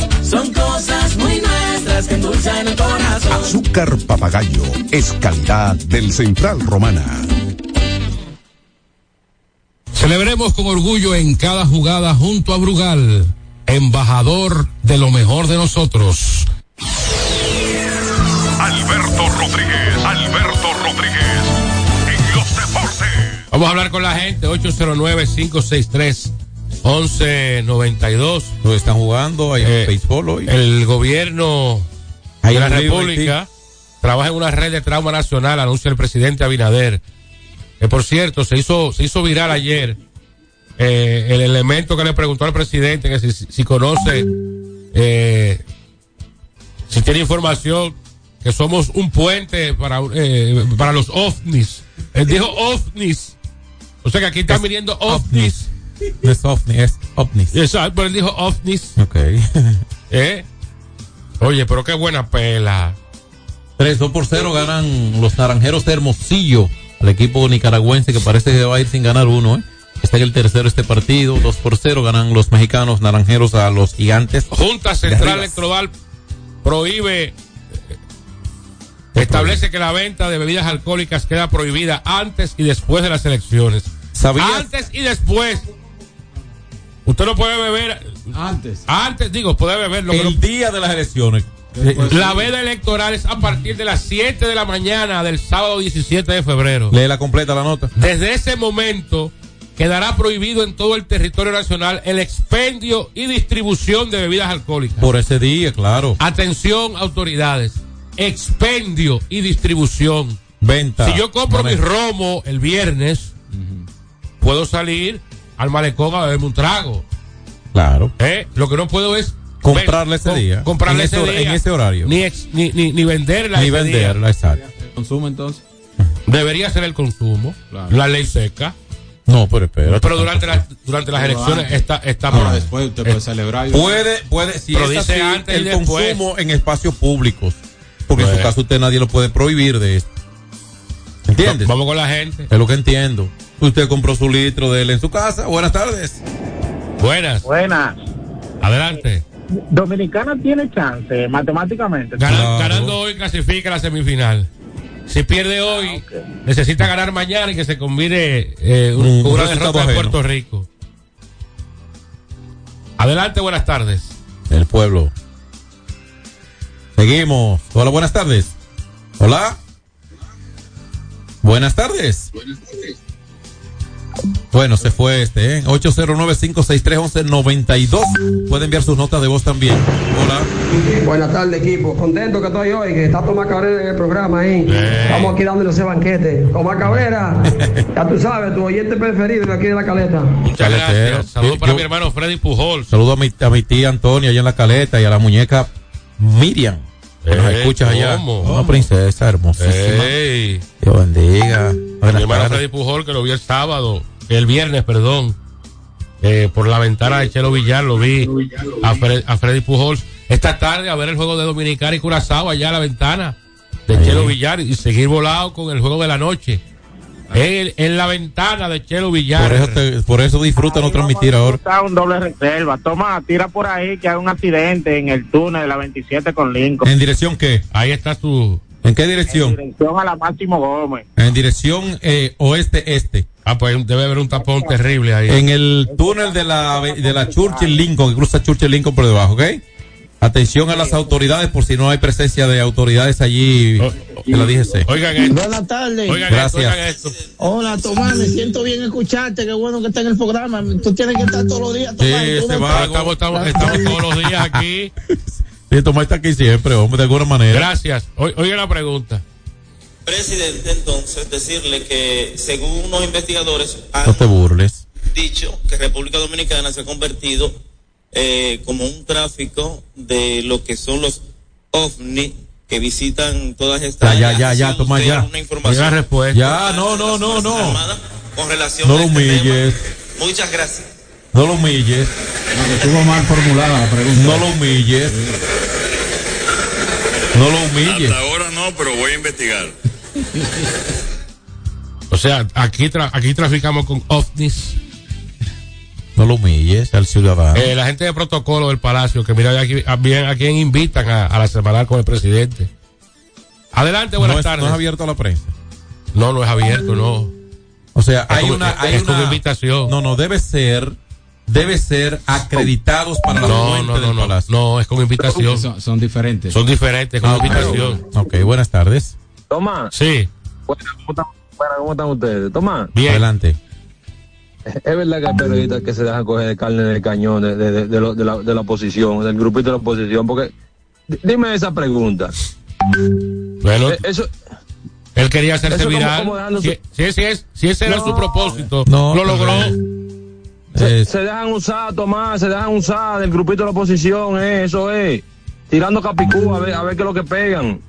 Speaker 1: Son cosas muy nuestras que endulzan el corazón.
Speaker 11: Azúcar papagayo es calidad del Central Romana.
Speaker 7: Celebremos con orgullo en cada jugada junto a Brugal, embajador de lo mejor de nosotros.
Speaker 12: Alberto Rodríguez, Alberto Rodríguez, en los deportes.
Speaker 7: Vamos a hablar con la gente, 809-563-1192.
Speaker 8: Lo están jugando, hay
Speaker 7: Eh,
Speaker 8: béisbol hoy.
Speaker 7: El gobierno
Speaker 8: Ahí
Speaker 7: de la
Speaker 8: en Liberty.
Speaker 7: República trabaja en una red de trauma nacional, anuncia el presidente Abinader. Eh, por cierto, se hizo, se hizo viral ayer eh, el elemento que le preguntó al presidente que si, si conoce, eh, si tiene información que somos un puente para, eh, para los ovnis. Él dijo ovnis. O sea que aquí están viniendo ovnis.
Speaker 8: No es ovni, es ovnis.
Speaker 7: Exacto, pero él dijo ovnis.
Speaker 8: Ok.
Speaker 7: ¿Eh? Oye, pero qué buena pela.
Speaker 8: 3, 2 por 0 ganan los naranjeros de Hermosillo al equipo nicaragüense que parece que va a ir sin ganar uno. ¿eh? Está en el tercero este partido. 2 por 0 ganan los mexicanos naranjeros a los gigantes.
Speaker 7: Junta Central Electoral prohíbe, eh, establece que la venta de bebidas alcohólicas queda prohibida antes y después de las elecciones. Antes y después. Usted no puede beber. Antes. Antes, digo, puede beber. Lo que no-
Speaker 8: El día de las elecciones.
Speaker 7: la veda electoral es a partir de las 7 de la mañana del sábado 17 de febrero.
Speaker 8: Lee la completa la nota.
Speaker 7: Desde ese momento quedará prohibido en todo el territorio nacional el expendio y distribución de bebidas alcohólicas.
Speaker 8: Por ese día, claro.
Speaker 7: Atención, autoridades. Expendio y distribución.
Speaker 8: Venta.
Speaker 7: Si yo compro mi
Speaker 8: Manejo.
Speaker 7: romo el viernes, puedo salir al malecón a beberme un trago.
Speaker 8: Claro.
Speaker 7: ¿eh? Lo que no puedo es
Speaker 8: Comprarle ese
Speaker 7: com-
Speaker 8: día.
Speaker 7: Comprarle
Speaker 8: En ese
Speaker 7: ese
Speaker 8: hor-
Speaker 7: día.
Speaker 8: en ese horario.
Speaker 7: Ni, ex- ni, ni, ni venderla.
Speaker 8: Ni
Speaker 7: ese día.
Speaker 8: venderla, exacto.
Speaker 9: Consumo entonces.
Speaker 7: Debería ser el consumo.
Speaker 9: Claro.
Speaker 7: La ley seca.
Speaker 8: No, pero espera.
Speaker 7: Pero durante, la- durante las
Speaker 9: Pero
Speaker 7: elecciones
Speaker 9: antes.
Speaker 7: está, está
Speaker 9: Ahora
Speaker 7: por-
Speaker 9: después usted puede celebrar y-
Speaker 8: Puede, puede, si
Speaker 7: Pero
Speaker 8: es
Speaker 7: dice
Speaker 8: así,
Speaker 7: antes y
Speaker 8: el
Speaker 7: después.
Speaker 8: consumo en espacios públicos. Porque en su
Speaker 7: Bueno.
Speaker 8: caso usted nadie lo puede prohibir de esto. ¿Entiendes?
Speaker 7: Vamos con la gente.
Speaker 8: Es lo que entiendo. Usted compró su litro de él en su casa. Buenas tardes.
Speaker 7: Buenas.
Speaker 13: Buenas.
Speaker 7: Adelante.
Speaker 13: Dominicana tiene chance matemáticamente.
Speaker 7: Gana- Ganando hoy clasifica la semifinal. Si pierde hoy, necesita ganar mañana y que se combine eh, un-
Speaker 8: Un
Speaker 7: con una
Speaker 8: resultado
Speaker 7: derrota de
Speaker 8: ajeno.
Speaker 7: Puerto Rico. Adelante, buenas tardes.
Speaker 8: El pueblo. Seguimos. Hola, buenas tardes. Hola. Buenas tardes. Bueno, se fue este, ¿eh? 809-563-1192. Puede enviar sus notas de voz también. Hola.
Speaker 14: Buenas tardes, equipo. Contento que estoy hoy, que está Tomás Cabrera en el programa ahí. Vamos aquí dándole ese banquete. Tomás Cabrera, ya tú sabes, tu oyente preferido de aquí de la caleta.
Speaker 7: Muchas
Speaker 8: Caletero.
Speaker 7: gracias. Saludos
Speaker 8: Yo-
Speaker 7: para
Speaker 8: ¿eh? yo-
Speaker 7: mi hermano Freddy Pujol.
Speaker 8: Saludo a mi, a mi tía Antonia allá en la caleta y a la muñeca Miriam. Que nos
Speaker 7: Ey,
Speaker 8: escuchas allá.
Speaker 7: Eh, ¿cómo?
Speaker 8: Una princesa hermosísima.
Speaker 7: Ey,
Speaker 8: Dios bendiga.
Speaker 7: mi
Speaker 8: Buenas
Speaker 7: hermano
Speaker 8: tardes.
Speaker 7: Freddy Pujol que lo vi el sábado, el viernes, perdón, eh, por la ventana de Chelo Villar, lo vi a, Fre- a Freddy Pujol. Esta tarde a ver el juego de Dominicana y Curazao allá a la ventana de Chelo Villar y seguir volado con el juego de la noche. En, en la ventana de Chelo Villar.
Speaker 8: Ah. Por eso, te- por eso disfruta no transmitir ahora.
Speaker 13: Está un doble reserva. Toma, tira por ahí que hay un accidente en el túnel de la 27 con Lincoln.
Speaker 8: ¿En dirección qué?
Speaker 7: Ahí está su
Speaker 8: ¿En qué dirección?
Speaker 13: Dirección a la Máximo Gómez.
Speaker 8: En dirección eh, oeste-este.
Speaker 7: Ah, pues debe haber un tapón terrible ahí.
Speaker 8: En el túnel de la, ave- de la Churchill Lincoln, que cruza Churchill Lincoln por debajo, ¿ok? Atención a las autoridades por si no hay presencia de autoridades allí de la DGC.
Speaker 7: Oh, Oigan esto.
Speaker 3: Buenas tardes.
Speaker 8: Gracias.
Speaker 3: Hola, Tomás, me siento bien escucharte. Qué bueno que está en el programa. Tú tienes que estar todos los días.
Speaker 8: Sí,
Speaker 3: Tomás, tú
Speaker 8: este
Speaker 3: no-
Speaker 7: Estamos,
Speaker 8: vago.
Speaker 7: estamos, estamos todos los días aquí.
Speaker 8: Sí, Tomás está aquí siempre, hombre, de alguna manera.
Speaker 7: Gracias. Oye oiga la pregunta.
Speaker 15: presidente entonces decirle que según unos investigadores han
Speaker 8: No te burles.
Speaker 15: dicho que República Dominicana se ha convertido eh, como un tráfico de lo que son los ovnis que visitan todas estas
Speaker 8: Ya, ya,
Speaker 15: áreas.
Speaker 8: ya, ya,
Speaker 15: ¿Tiene
Speaker 8: Tomás,
Speaker 15: usted
Speaker 8: ya.
Speaker 15: alguna información
Speaker 8: Ya, respuesta. Ya, no, no, no, no.
Speaker 15: con relación
Speaker 8: No
Speaker 15: a
Speaker 8: lo
Speaker 15: este tema?
Speaker 8: humilles.
Speaker 15: muchas gracias
Speaker 8: No lo humilles.
Speaker 9: Estuvo mal formulada la pregunta.
Speaker 8: No lo humilles. No lo humilles.
Speaker 16: Hasta ahora no, pero voy a investigar.
Speaker 7: O sea, aquí, tra- aquí traficamos con ovnis.
Speaker 8: No lo humilles al ciudadano.
Speaker 7: Eh, la gente de protocolo del Palacio, que mira aquí, a, bien, a quién invitan a, a la semanal con el presidente. Adelante, buenas
Speaker 8: No es-
Speaker 7: tardes.
Speaker 8: no es abierto a la prensa.
Speaker 7: No, no es abierto, no.
Speaker 8: O sea,
Speaker 7: Es
Speaker 8: hay
Speaker 7: como-
Speaker 8: una,
Speaker 7: es-
Speaker 8: hay
Speaker 7: es como
Speaker 8: una
Speaker 7: invitación.
Speaker 8: No, no, debe ser, debe ser acreditados para la
Speaker 7: No,
Speaker 8: fuente
Speaker 7: no,
Speaker 8: del
Speaker 7: no, no,
Speaker 8: palacio.
Speaker 7: no, es con invitación.
Speaker 17: Son, son diferentes.
Speaker 7: Son diferentes, con
Speaker 8: Ah, ok.
Speaker 7: invitación.
Speaker 8: Ok, buenas tardes.
Speaker 17: Toma.
Speaker 7: Sí.
Speaker 17: Bueno, ¿cómo están, bueno, ¿cómo están ustedes? Toma.
Speaker 8: Adelante.
Speaker 17: Es verdad que hay periodistas que se dejan coger de carne en el cañón de, de- de- de lo- de la, de la oposición, del grupito de la oposición, porque d- dime esa pregunta.
Speaker 7: Bueno,
Speaker 17: Eh, eso,
Speaker 7: él quería hacerse
Speaker 17: Eso como-
Speaker 7: viral.
Speaker 17: como
Speaker 7: si,
Speaker 17: dejándose-
Speaker 7: si- si es, si ese era
Speaker 17: No.
Speaker 7: su propósito,
Speaker 17: No, Eh,
Speaker 7: lo logró.
Speaker 17: se, se dejan usar, Tomás, se dejan usar del grupito de la oposición, eh, eso es. Tirando capicú a ver, a ver qué es lo que pegan.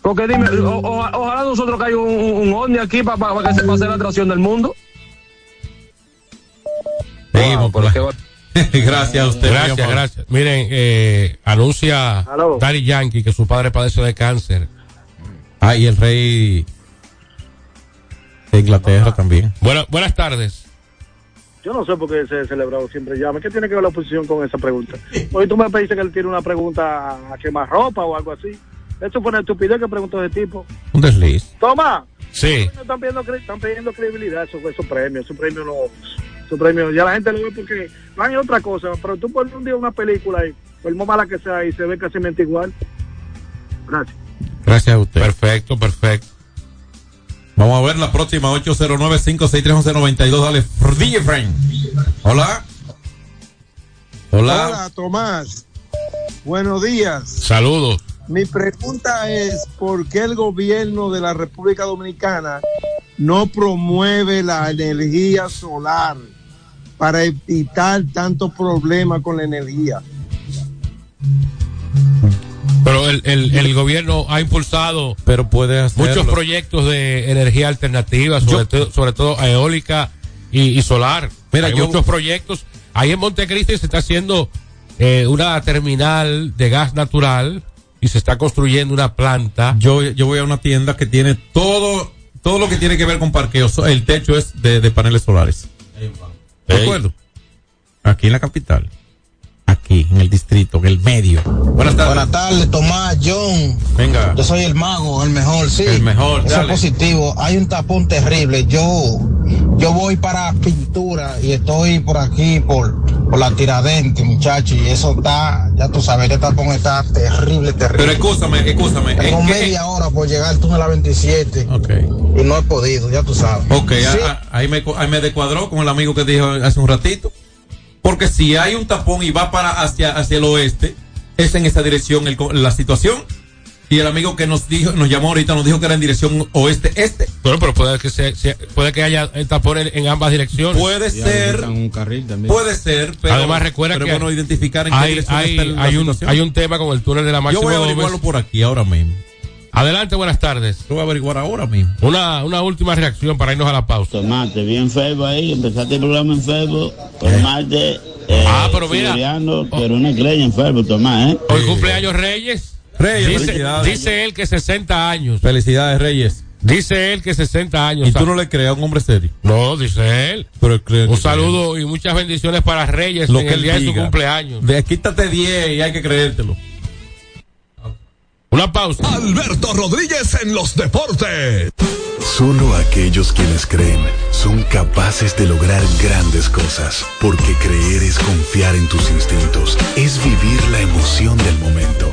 Speaker 17: Porque dime, o- o- ojalá nosotros caiga un, un, un ovni aquí para que se pase la atracción del mundo.
Speaker 8: Seguimos por Gracias a usted. mi
Speaker 7: Gracias,
Speaker 8: amor.
Speaker 7: gracias. Miren, eh, anuncia
Speaker 8: Aló.
Speaker 7: Daddy Yankee que su padre padece de cáncer.
Speaker 8: Ah, y el rey de Inglaterra también.
Speaker 7: Buena- buenas tardes.
Speaker 18: Yo no sé por qué ese celebrado siempre llama. ¿Qué tiene que ver la oposición con esa pregunta? Hoy tú me pediste que él tiene una pregunta a quemar ropa o algo así. Eso fue una estupidez que preguntó ese tipo.
Speaker 8: Un desliz.
Speaker 18: Toma.
Speaker 7: Sí.
Speaker 18: No Están pidiendo, cre- están pidiendo credibilidad esos, esos premios. Esos premios no. Esos premios. Ya la gente lo ve porque van en otra cosa. Pero tú pones un día una película y por más mala que sea y se ve casi mente igual. Gracias.
Speaker 8: Gracias a usted.
Speaker 7: Perfecto, perfecto.
Speaker 8: Vamos a ver la próxima 809-563-1192. Dale, DJ Frank. Hola. Hola.
Speaker 19: Tomás. Buenos días.
Speaker 7: Saludos.
Speaker 19: Mi pregunta es, ¿por qué el gobierno de la República Dominicana no promueve la energía solar para evitar tantos problemas con la energía?
Speaker 7: Pero el, el, el gobierno ha impulsado
Speaker 8: Pero puede hacerlo.
Speaker 7: muchos proyectos de energía alternativa, sobre, todo, sobre todo eólica y, y solar.
Speaker 8: Mira,
Speaker 7: Hay
Speaker 8: yo-
Speaker 7: muchos proyectos. Ahí en Montecristi se está haciendo eh, una terminal de gas natural y se está construyendo una planta.
Speaker 8: Yo, yo voy a una tienda que tiene todo, todo lo que tiene que ver con parqueo. So- El techo es de, de paneles solares. ¿De acuerdo? Aquí en la capital. Aquí, en el distrito, en el medio. Buenas tardes.
Speaker 20: Buenas tardes, Tomás, John.
Speaker 8: Venga.
Speaker 20: Yo soy el mago, el mejor, sí.
Speaker 8: El mejor,
Speaker 20: Eso
Speaker 8: dale.
Speaker 20: es positivo. Hay un tapón terrible. Yo, yo voy para pintura y estoy por aquí, por, por la tiradente, muchachos. Y eso está, ya tú sabes, este tapón está terrible, terrible.
Speaker 8: Pero escúchame, escúchame.
Speaker 20: Tengo
Speaker 8: ¿en qué-
Speaker 20: media hora por llegar al túnel a la 27. Y no he podido, ya tú sabes.
Speaker 8: Ok, a- a- ahí, me, co- ahí me descuadró con el amigo que dijo hace un ratito. Porque si hay un tapón y va para hacia, hacia el oeste, es en esa dirección el co- la situación. Y el amigo que nos dijo, nos llamó ahorita, nos dijo que era en dirección oeste-este.
Speaker 7: Bueno, pero puede que, se- se- puede que haya eh, tapones en ambas direcciones.
Speaker 8: Puede
Speaker 7: Y
Speaker 8: ser.
Speaker 7: ahorita
Speaker 17: Un carril también.
Speaker 8: Puede ser, pero.
Speaker 7: Además, recuerda
Speaker 8: pero
Speaker 7: que
Speaker 8: bueno identificar en qué
Speaker 7: hay,
Speaker 8: dirección
Speaker 7: hay,
Speaker 8: está la
Speaker 7: hay un,
Speaker 8: situación.
Speaker 7: hay un tema con el túnel de la
Speaker 8: Yo
Speaker 7: Máximo
Speaker 8: voy a
Speaker 7: Gómez.
Speaker 8: averiguarlo por aquí ahora mismo.
Speaker 7: Adelante, buenas tardes.
Speaker 8: Lo voy a averiguar ahora mismo.
Speaker 7: Una, una última reacción para irnos a la pausa.
Speaker 21: Tomate, Pues, bien enfermo ahí, empezaste el programa enfermo, tomate, eh,
Speaker 7: Ah, pero mira.
Speaker 21: siberiano, pero una estrella enfermo, Tomás, ¿eh?
Speaker 7: Hoy cumpleaños Reyes.
Speaker 8: Reyes,
Speaker 7: dice,
Speaker 8: felicidades.
Speaker 7: dice él que 60 años.
Speaker 8: Felicidades, Reyes.
Speaker 7: Dice él que 60 años.
Speaker 8: Y tú no le creas a un hombre serio.
Speaker 7: No, dice él.
Speaker 8: Pero creo
Speaker 7: Un
Speaker 8: que-
Speaker 7: saludo y muchas bendiciones para Reyes
Speaker 8: Lo
Speaker 7: en
Speaker 8: que
Speaker 7: el
Speaker 8: él
Speaker 7: día de su
Speaker 8: diga.
Speaker 7: cumpleaños.
Speaker 8: De, quítate 10 y hay que creértelo.
Speaker 7: Una pausa.
Speaker 12: Alberto Rodríguez en los deportes.
Speaker 10: Solo aquellos quienes creen son capaces de lograr grandes cosas, porque creer es confiar en tus instintos, es vivir la emoción del momento,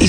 Speaker 22: ¿Y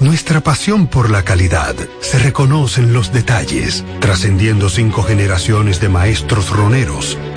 Speaker 10: Nuestra pasión por la calidad se reconoce en los detalles, trascendiendo cinco generaciones de maestros roneros,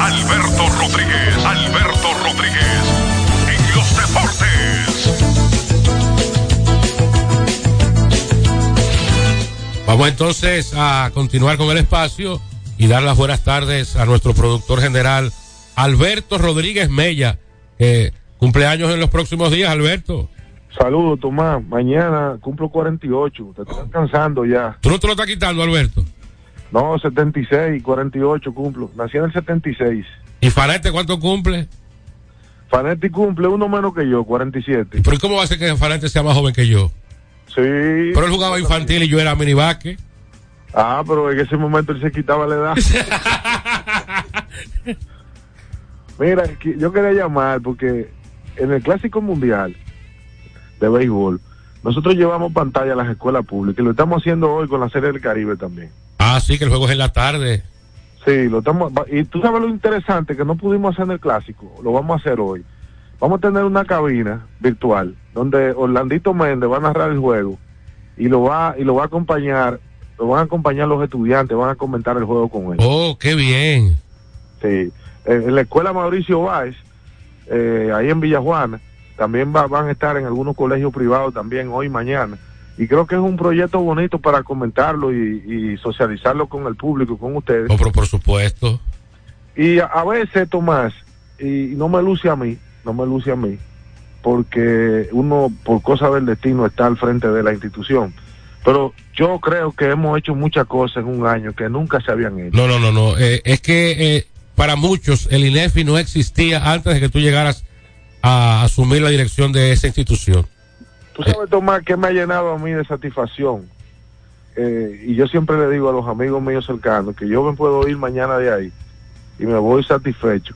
Speaker 12: Alberto Rodríguez, Alberto Rodríguez, en los deportes.
Speaker 7: Vamos entonces a continuar con el espacio y dar las buenas tardes a nuestro productor general, Alberto Rodríguez Mella, que cumpleaños en los próximos días, Alberto.
Speaker 23: Saludos, Tomás. Mañana cumplo 48. Te estás cansando ya.
Speaker 7: Oh. ¿Tú no te lo estás quitando, Alberto?
Speaker 23: No, 76, 48 cumplo. Nací en el 76.
Speaker 7: ¿Y Fanetti cuánto cumple?
Speaker 23: Fanetti cumple uno menos que yo, 47.
Speaker 7: ¿Pero cómo va a ser que Fanetti sea más joven que yo?
Speaker 23: Sí.
Speaker 7: Pero él jugaba infantil y yo era minibasque.
Speaker 23: Ah, pero en ese momento él se quitaba la edad. Mira, yo quería llamar porque en el Clásico Mundial de Béisbol, nosotros llevamos pantalla a las escuelas públicas y lo estamos haciendo hoy con la Serie del Caribe también.
Speaker 7: Ah, sí, que el juego es en la tarde.
Speaker 23: Sí, lo estamos. Y tú sabes lo interesante que no pudimos hacer en el clásico, lo vamos a hacer hoy. Vamos a tener una cabina virtual donde Orlandito Méndez va a narrar el juego y lo va y lo va a acompañar, lo van a acompañar los estudiantes, van a comentar el juego con él.
Speaker 7: Oh, qué bien.
Speaker 23: Sí, eh, en, en la escuela Mauricio Valls, eh, ahí en Villajuana, también va- van a estar en algunos colegios privados también hoy, mañana. Y creo que es un proyecto bonito para comentarlo y, y socializarlo con el público, con ustedes.
Speaker 7: No, pero por supuesto.
Speaker 23: Y a, a veces, Tomás, y no me luce a mí, no me luce a mí, porque uno, por cosa del destino, está al frente de la institución. Pero yo creo que hemos hecho muchas cosas en un año que nunca se habían hecho.
Speaker 7: No, no, no, no. Eh, es que eh, para muchos el INEFI no existía antes de que tú llegaras a asumir la dirección de esa institución.
Speaker 23: Tú sabes, Tomás, que me ha llenado a mí de satisfacción. Eh, y yo siempre le digo a los amigos míos cercanos que yo me puedo ir mañana de ahí y me voy satisfecho.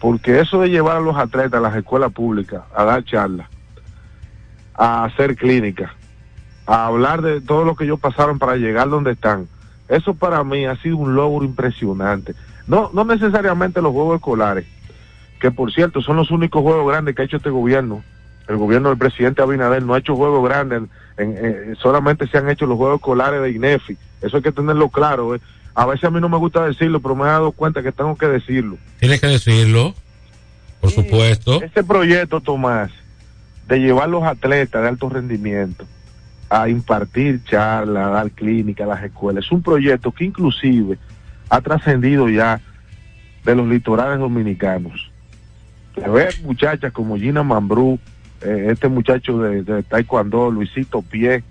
Speaker 23: Porque eso de llevar a los atletas a las escuelas públicas a dar charlas, a hacer clínicas, a hablar de todo lo que ellos pasaron para llegar donde están, eso para mí ha sido un logro impresionante. No, no necesariamente los juegos escolares, que por cierto son los únicos juegos grandes que ha hecho este gobierno el gobierno del presidente Abinader no ha hecho juegos grandes, en- en- solamente se han hecho los juegos escolares de INEFI. Eso hay que tenerlo claro. eh. A veces a mí no me gusta decirlo, pero me he dado cuenta que tengo que decirlo.
Speaker 7: Tienes que decirlo, por supuesto.
Speaker 23: Este proyecto, Tomás, de llevar los atletas de alto rendimiento a impartir charlas, a dar clínicas a las escuelas, es un proyecto que inclusive ha trascendido ya de los litorales dominicanos. De ver muchachas como Gina Mambrú, eh, este muchacho de, de Taekwondo, Luisito Pie,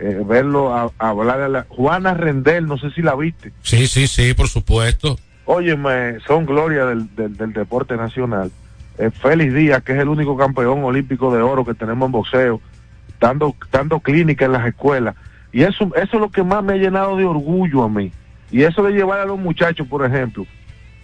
Speaker 23: eh, verlo a- a hablar a la... Juana Rendel, no sé si la viste.
Speaker 7: Sí, sí, sí, por supuesto.
Speaker 23: Óyeme, son gloria del, del- del deporte nacional. Eh, Félix Díaz, que es el único campeón olímpico de oro que tenemos en boxeo, dando, dando clínica en las escuelas. Y eso, eso es lo que más me ha llenado de orgullo a mí. Y eso de llevar a los muchachos, por ejemplo.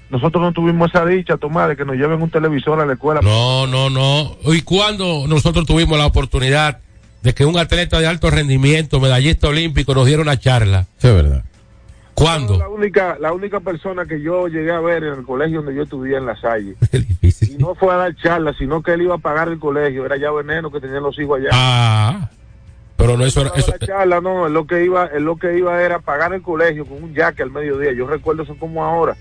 Speaker 23: Nosotros no tuvimos esa dicha, Tomás, de que nos lleven un televisor a la escuela.
Speaker 7: No, no, no. ¿Y cuando nosotros tuvimos la oportunidad de que un atleta de alto rendimiento, medallista olímpico, nos diera una charla?
Speaker 8: Sí, verdad.
Speaker 7: ¿Cuándo?
Speaker 23: La única, la única persona que yo llegué a ver en el colegio donde yo estudié en la Salle.
Speaker 7: y
Speaker 23: no fue a dar charlas, sino que él iba a pagar el colegio. Era ya veneno que tenían los hijos allá.
Speaker 7: Ah, pero no eso, era- eso
Speaker 23: la charla, no, él lo que iba, él lo que iba era pagar el colegio con un jaque al mediodía. Yo recuerdo eso como ahora.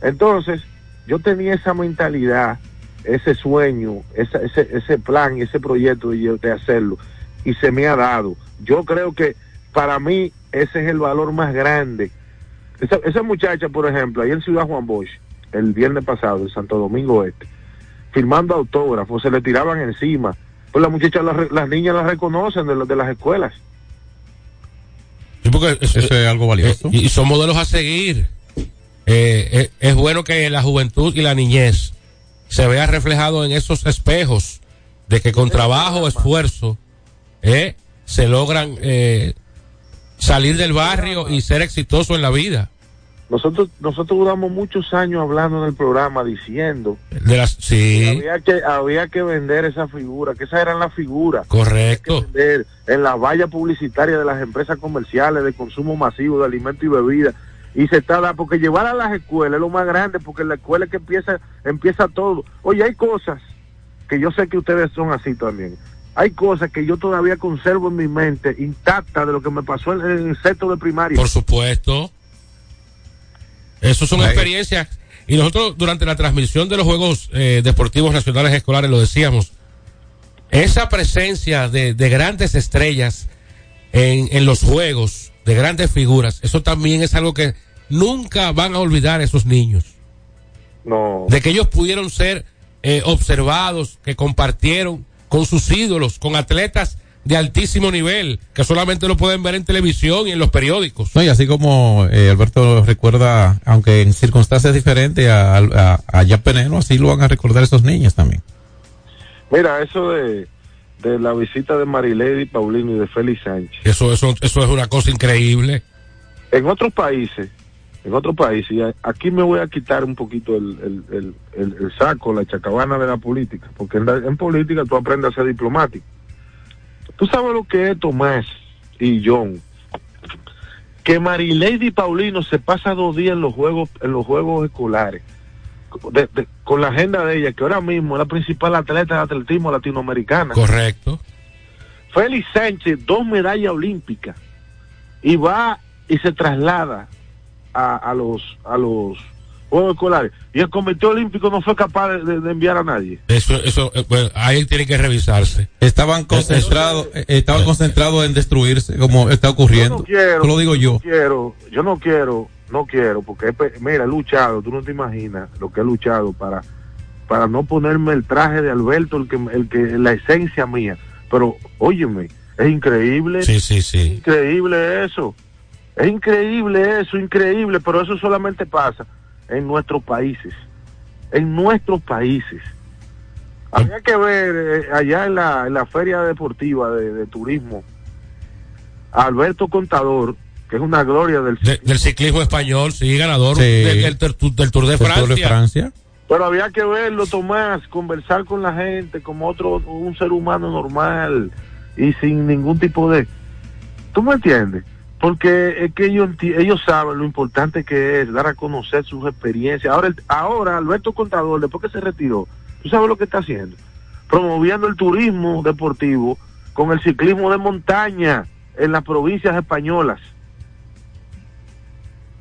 Speaker 23: Entonces, yo tenía esa mentalidad, ese sueño, esa- ese, ese plan y ese proyecto de, lle- de hacerlo. Y se me ha dado. Yo creo que para mí ese es el valor más grande. Esa, esa muchacha, por ejemplo, ahí en Ciudad Juan Bosch, el viernes pasado, en Santo Domingo Este, firmando autógrafos, se le tiraban encima. Pues las muchachas, las, re- las niñas las reconocen de, la- de las escuelas.
Speaker 7: Sí, porque eso,
Speaker 8: es algo valioso.
Speaker 7: eh, y, y son modelos a seguir. Eh, eh, es bueno que la juventud y la niñez se vea reflejado en esos espejos de que con trabajo, esfuerzo, eh, se logran eh, salir del barrio y ser exitoso en la vida.
Speaker 23: Nosotros nosotros duramos muchos años hablando en el programa, diciendo
Speaker 7: De las, sí,
Speaker 23: que había que había que vender esa figura, que esas eran las figuras.
Speaker 7: correcto.
Speaker 23: vender en la valla publicitaria de las empresas comerciales de consumo masivo de alimentos y bebidas y se está dando porque llevar a las escuelas es lo más grande porque en la escuela es que empieza empieza todo oye hay cosas que yo sé que ustedes son así también hay cosas que yo todavía conservo en mi mente intacta de lo que me pasó en el sexto de primaria
Speaker 7: Por supuesto. Eso son experiencias. Y nosotros durante la transmisión de los Juegos eh, Deportivos Nacionales Escolares lo decíamos. Esa presencia de, de grandes estrellas en, en los juegos, de grandes figuras, eso también es algo que nunca van a olvidar esos niños.
Speaker 23: No.
Speaker 7: De que ellos pudieron ser eh, observados, que compartieron con sus ídolos, con atletas de altísimo nivel, que solamente lo pueden ver en televisión y en los periódicos.
Speaker 8: No, y así como eh, Alberto recuerda, aunque en circunstancias diferentes a, a, a Jack Veneno, así lo van a recordar esos niños también.
Speaker 23: mira eso de, de la visita de Marilady Paulino y de Félix Sánchez
Speaker 7: Eso, eso, eso es una cosa increíble.
Speaker 23: en otros países, en otros países, y a- aquí me voy a quitar un poquito el, el- el- el- el saco, la chacabana de la política, porque en, la- en política tú aprendes a ser diplomático. Tú sabes lo que es Tomás y John, que Marilady Paulino se pasa dos días en los juegos, en los juegos escolares, de- de- con la agenda de ella, que ahora mismo es la principal atleta de atletismo latinoamericana.
Speaker 7: Correcto.
Speaker 23: Félix Sánchez, dos medallas olímpicas, y va y se traslada a, a los a los Juegos Escolares. Y el Comité Olímpico no fue capaz de, de- de enviar a nadie.
Speaker 7: Eso, eso, eh, bueno, ahí tiene que revisarse.
Speaker 8: Estaban concentrados, eh, estaban concentrados en destruirse, como está ocurriendo.
Speaker 23: No quiero,
Speaker 8: Eso lo digo yo.
Speaker 23: no quiero, yo no quiero, no quiero, porque he pe- mira, he luchado, tú no te imaginas lo que he luchado para para no ponerme el traje de Alberto, el que el que la esencia mía. Pero óyeme, es increíble.
Speaker 7: Sí, sí, sí.
Speaker 23: Increíble eso. Es increíble eso, increíble, pero eso solamente pasa en nuestros países. En nuestros países. Habría que ver eh, allá en la, en la feria deportiva de, de turismo, a Alberto Contador, que es una gloria del
Speaker 7: De- del ciclismo español, sí, ganador
Speaker 8: Sí.
Speaker 7: de- del, del Tour- del Tour de
Speaker 8: Del
Speaker 7: Francia.
Speaker 8: Tour de Francia.
Speaker 23: Pero había que verlo, Tomás, conversar con la gente como otro, un ser humano normal y sin ningún tipo de... ¿Tú me entiendes? Porque es que ellos, enti- ellos saben lo importante que es dar a conocer sus experiencias. Ahora, el- ahora Alberto Contador, después que se retiró, ¿tú sabes lo que está haciendo? Promoviendo el turismo deportivo con el ciclismo de montaña en las provincias españolas.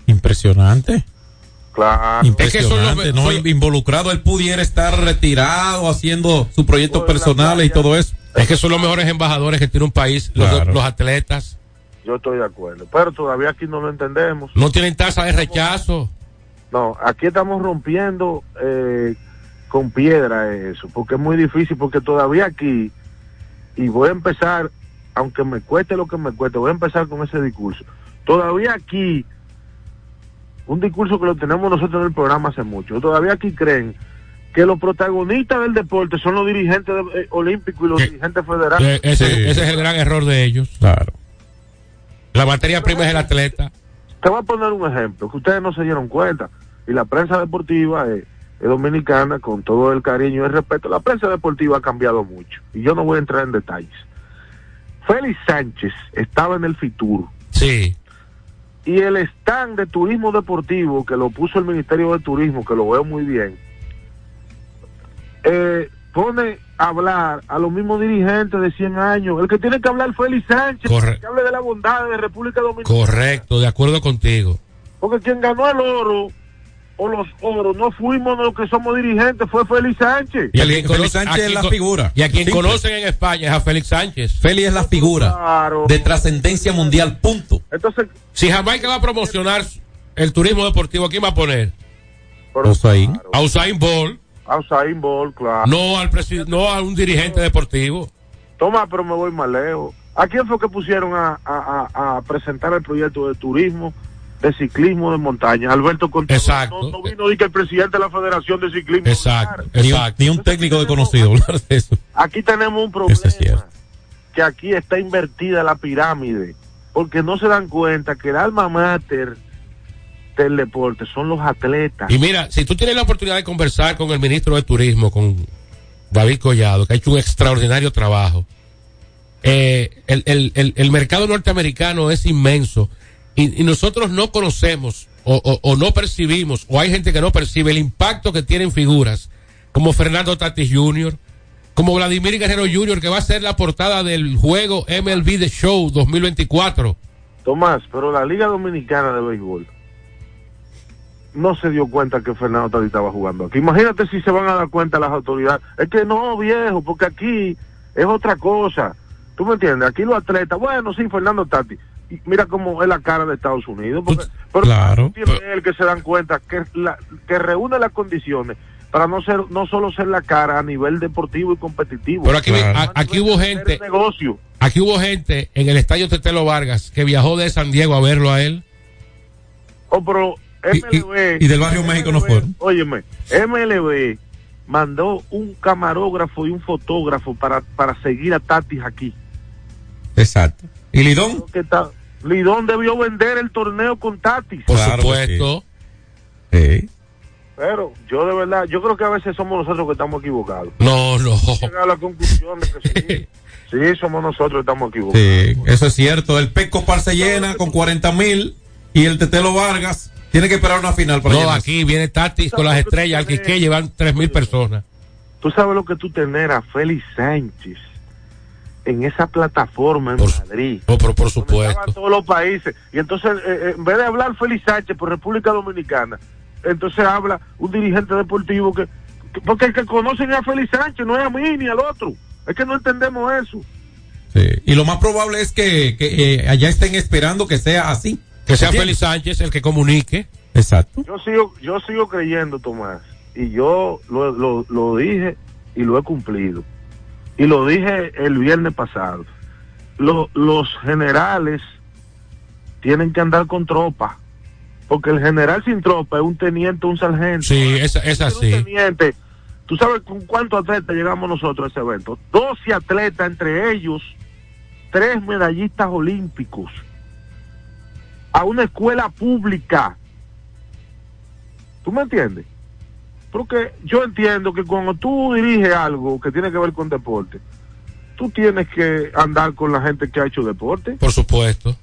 Speaker 8: Impresionante.
Speaker 23: Claro.
Speaker 8: Impresionante, ¿no? Involucrado, él pudiera estar retirado haciendo sus proyectos personales y todo eso.
Speaker 7: Es que son los mejores embajadores que tiene un país, los- los, atletas.
Speaker 23: Yo estoy de acuerdo, pero todavía aquí no lo entendemos.
Speaker 7: No tienen tasa de rechazo.
Speaker 23: No, aquí estamos rompiendo eh, con piedra eso, porque es muy difícil, porque todavía aquí, y voy a empezar, aunque me cueste lo que me cueste, voy a empezar con ese discurso. Todavía aquí, un discurso que lo tenemos nosotros en el programa hace mucho, todavía aquí creen que los protagonistas del deporte son los dirigentes de- eh, olímpicos y los dirigentes federales.
Speaker 7: Eh, Ese, ese es el gran error de ellos.
Speaker 8: Claro.
Speaker 7: La materia prima es el atleta.
Speaker 23: Te voy a poner un ejemplo que ustedes no se dieron cuenta. Y la prensa deportiva eh, es dominicana, con todo el cariño y el respeto. La prensa deportiva ha cambiado mucho. Y yo no voy a entrar en detalles. Félix Sánchez estaba en el Fitur.
Speaker 7: Sí.
Speaker 23: Y el stand de turismo deportivo que lo puso el Ministerio de Turismo, que lo veo muy bien, eh, pone a hablar a los mismos dirigentes de 100 años. El que tiene que hablar es Félix Sánchez,
Speaker 7: Corre-
Speaker 23: que hable de la bondad de República Dominicana.
Speaker 7: Correcto, de acuerdo contigo.
Speaker 23: Porque quien ganó el oro o los oros no fuimos los que somos dirigentes, fue Félix Sánchez.
Speaker 7: Y a quien
Speaker 8: Félix
Speaker 7: conoce-
Speaker 8: Sánchez
Speaker 7: a
Speaker 8: es
Speaker 7: quien
Speaker 8: la
Speaker 7: co-
Speaker 8: figura.
Speaker 7: Y a quien
Speaker 8: Simple.
Speaker 7: conocen en España es a Félix Sánchez.
Speaker 8: Félix es la figura de trascendencia mundial, punto.
Speaker 23: Entonces,
Speaker 7: Si Jamaica va a promocionar el turismo deportivo, ¿a quién va a poner?
Speaker 8: Usain.
Speaker 7: A Usain Bolt,
Speaker 23: A Usain Bolt, claro.
Speaker 7: no, al presi- no a un dirigente deportivo.
Speaker 23: Toma, pero me voy más lejos. ¿A quién fue que pusieron a, a- a- a presentar el proyecto de turismo, de ciclismo de montaña? Alberto Contreras.
Speaker 7: Exacto.
Speaker 23: No, no vino ni que el presidente de la Federación de Ciclismo.
Speaker 7: Exacto,
Speaker 23: Mundial.
Speaker 8: Ni un, ni un técnico desconocido hablar de eso.
Speaker 23: Aquí tenemos un problema.
Speaker 8: Eso es cierto.
Speaker 23: que aquí está invertida la pirámide, porque no se dan cuenta que el alma mater del deporte son los atletas.
Speaker 7: Y mira, si tú tienes la oportunidad de conversar con el ministro de Turismo, con David Collado, que ha hecho un extraordinario trabajo, eh, el, el- el- el mercado norteamericano es inmenso y, y nosotros no conocemos o, o- o no percibimos, o hay gente que no percibe el impacto que tienen figuras como Fernando Tatis Jr., como Vladimir Guerrero Jr., que va a ser la portada del juego MLB The Show 2024.
Speaker 23: Tomás, pero la Liga Dominicana de Béisbol no se dio cuenta que Fernando Tati estaba jugando aquí. Imagínate si se van a dar cuenta las autoridades. Es que no, viejo, porque aquí es otra cosa. ¿Tú me entiendes? Aquí los atletas, bueno, sí, Fernando Tati. Y mira cómo es la cara de Estados Unidos. Porque, pero
Speaker 8: Pues, Claro.
Speaker 23: tiene él que se dan cuenta que, la- que reúne las condiciones para no ser no solo ser la cara a nivel deportivo y competitivo.
Speaker 7: Pero aquí,
Speaker 23: Claro.
Speaker 7: a- aquí hubo gente,
Speaker 23: negocio.
Speaker 7: aquí hubo gente en el estadio Tetelo Vargas que viajó de San Diego a verlo a él.
Speaker 23: Oh, pero MLB.
Speaker 8: Y del barrio México no fueron.
Speaker 23: Óyeme, MLB mandó un camarógrafo y un fotógrafo para, para seguir a Tatis aquí.
Speaker 8: Exacto. ¿Y Lidón?
Speaker 23: ¿Qué tal? Lidón debió vender el torneo con Tatis.
Speaker 7: Por
Speaker 8: Claro que
Speaker 7: supuesto.
Speaker 8: Sí.
Speaker 23: Pero yo de verdad, yo creo que a veces somos nosotros que estamos equivocados.
Speaker 7: No, no.
Speaker 23: Llegar a la conclusión de que sí. Sí, somos nosotros que estamos equivocados.
Speaker 8: Sí, eso es cierto. El Peco Par se llena con 40 mil y el Tetelo Vargas Tiene que esperar una final para
Speaker 7: No,
Speaker 8: llenarse.
Speaker 7: aquí viene Tati con las estrellas. Al Quique llevan 3.000 personas.
Speaker 23: Tú sabes lo que tú tener a Félix Sánchez en esa plataforma en Madrid.
Speaker 7: No, Oh, pero por
Speaker 23: Estaban
Speaker 7: supuesto.
Speaker 23: todos los países. Y entonces, eh, eh, en vez de hablar Félix Sánchez por República Dominicana, entonces habla un dirigente deportivo que, que- Porque el que conocen a Félix Sánchez no es a mí ni al otro. Es que no entendemos eso.
Speaker 8: Y lo más probable es que, que, eh, allá estén esperando que sea así.
Speaker 7: Que sea
Speaker 8: ¿Entiendes?
Speaker 7: Félix Sánchez el que comunique.
Speaker 8: Exacto.
Speaker 23: Yo sigo, yo sigo creyendo, Tomás, y yo lo, lo- lo dije y lo he cumplido. Y lo dije el viernes pasado. Lo- los generales tienen que andar con tropa, porque el general sin tropa es un teniente, un sargento.
Speaker 7: Sí, es, es así.
Speaker 23: Teniente, ¿tú sabes con cuántos atletas llegamos nosotros a ese evento? 12 atletas, entre ellos tres medallistas olímpicos, a una escuela pública. ¿Tú me entiendes? Porque yo entiendo que cuando tú diriges algo que tiene que ver con deporte, tú tienes que andar con la gente que ha hecho deporte.
Speaker 7: Por supuesto.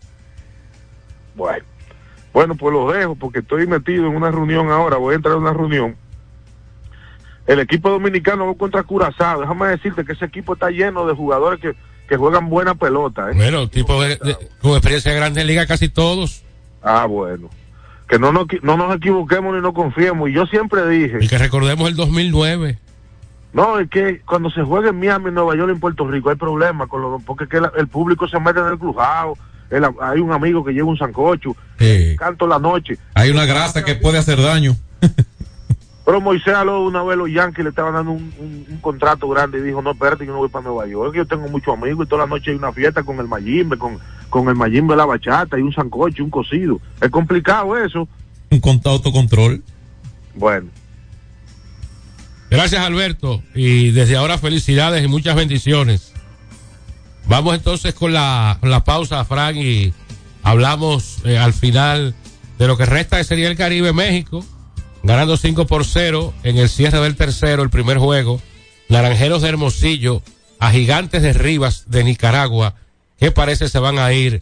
Speaker 23: Bueno, bueno, pues los dejo porque estoy metido en una reunión ahora. Voy a entrar a una reunión. El equipo dominicano va contra Curazao. Déjame decirte que ese equipo está lleno de jugadores que, que juegan buena pelota. ¿eh?
Speaker 7: Bueno, tipo de- de- con experiencia en Grandes Ligas casi todos.
Speaker 23: Ah, bueno. Que no nos, equi- no nos equivoquemos ni no confiemos. Y yo siempre dije,
Speaker 7: Y que recordemos el 2009.
Speaker 23: no, es que cuando se juega en Miami, en Nueva York, en Puerto Rico, hay problemas con los, porque es que la- el público se mete en el crujado. El- hay un amigo que lleva un sancocho,
Speaker 8: Sí.
Speaker 23: canto la noche.
Speaker 8: Eh, Hay una grasa que puede hacer daño.
Speaker 23: Pero Moisés habló una vez los Yankees le estaban dando un, un- un contrato grande y dijo, no, espérate, yo no voy para Nueva York, yo tengo muchos amigos y toda la noche hay una fiesta con el Mayimbe, con, con el Mayimbe la bachata y un sancocho, un cocido. Es complicado eso.
Speaker 8: Un contacto autocontrol.
Speaker 23: Bueno,
Speaker 7: Gracias, Alberto. Y desde ahora, felicidades y muchas bendiciones. Vamos entonces con la, con la pausa, Frank, y hablamos eh, al final de lo que resta de Serie del Caribe México, ganando 5 por 0 en el cierre del tercero, el primer juego. Naranjeros de Hermosillo a Gigantes de Rivas de Nicaragua, que parece se van a ir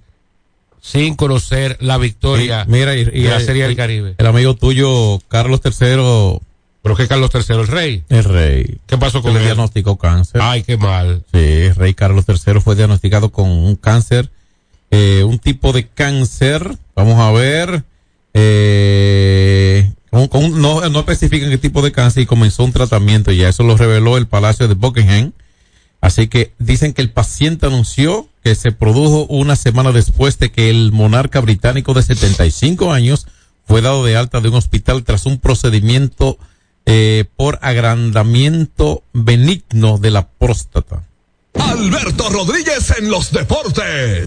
Speaker 7: sin conocer la victoria
Speaker 8: Mira, y, y-
Speaker 7: de la
Speaker 8: y-
Speaker 7: Serie
Speaker 8: y-
Speaker 7: del Caribe.
Speaker 8: El amigo tuyo, Carlos III.
Speaker 7: ¿Pero qué Carlos III, el rey?
Speaker 8: El rey.
Speaker 7: ¿Qué pasó con
Speaker 8: le
Speaker 7: él? Ah,
Speaker 8: diagnosticó cáncer.
Speaker 7: Ay, qué mal.
Speaker 8: Sí, el rey Carlos III fue diagnosticado con un cáncer, eh, un tipo de cáncer. Vamos a ver. eh, con- con un- no, no especifican qué tipo de cáncer y comenzó un tratamiento. Ya eso lo reveló el Palacio de Buckingham. Así que dicen que el paciente anunció que se produjo una semana después de que el monarca británico de 75 años fue dado de alta de un hospital tras un procedimiento eh, por agrandamiento benigno de la próstata.
Speaker 12: Alberto Rodríguez en los deportes.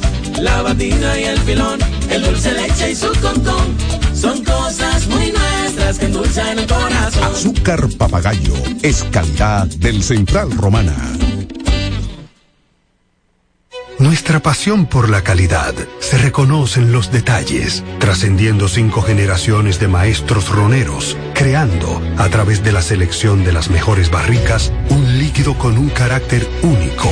Speaker 1: la batida y el filón, el dulce leche y su concón. Son cosas muy nuestras que endulzan el corazón.
Speaker 11: Azúcar papagayo es calidad del Central Romana.
Speaker 10: Nuestra pasión por la calidad se reconoce en los detalles, trascendiendo cinco generaciones de maestros roneros, creando, a través de la selección de las mejores barricas, un líquido con un carácter único,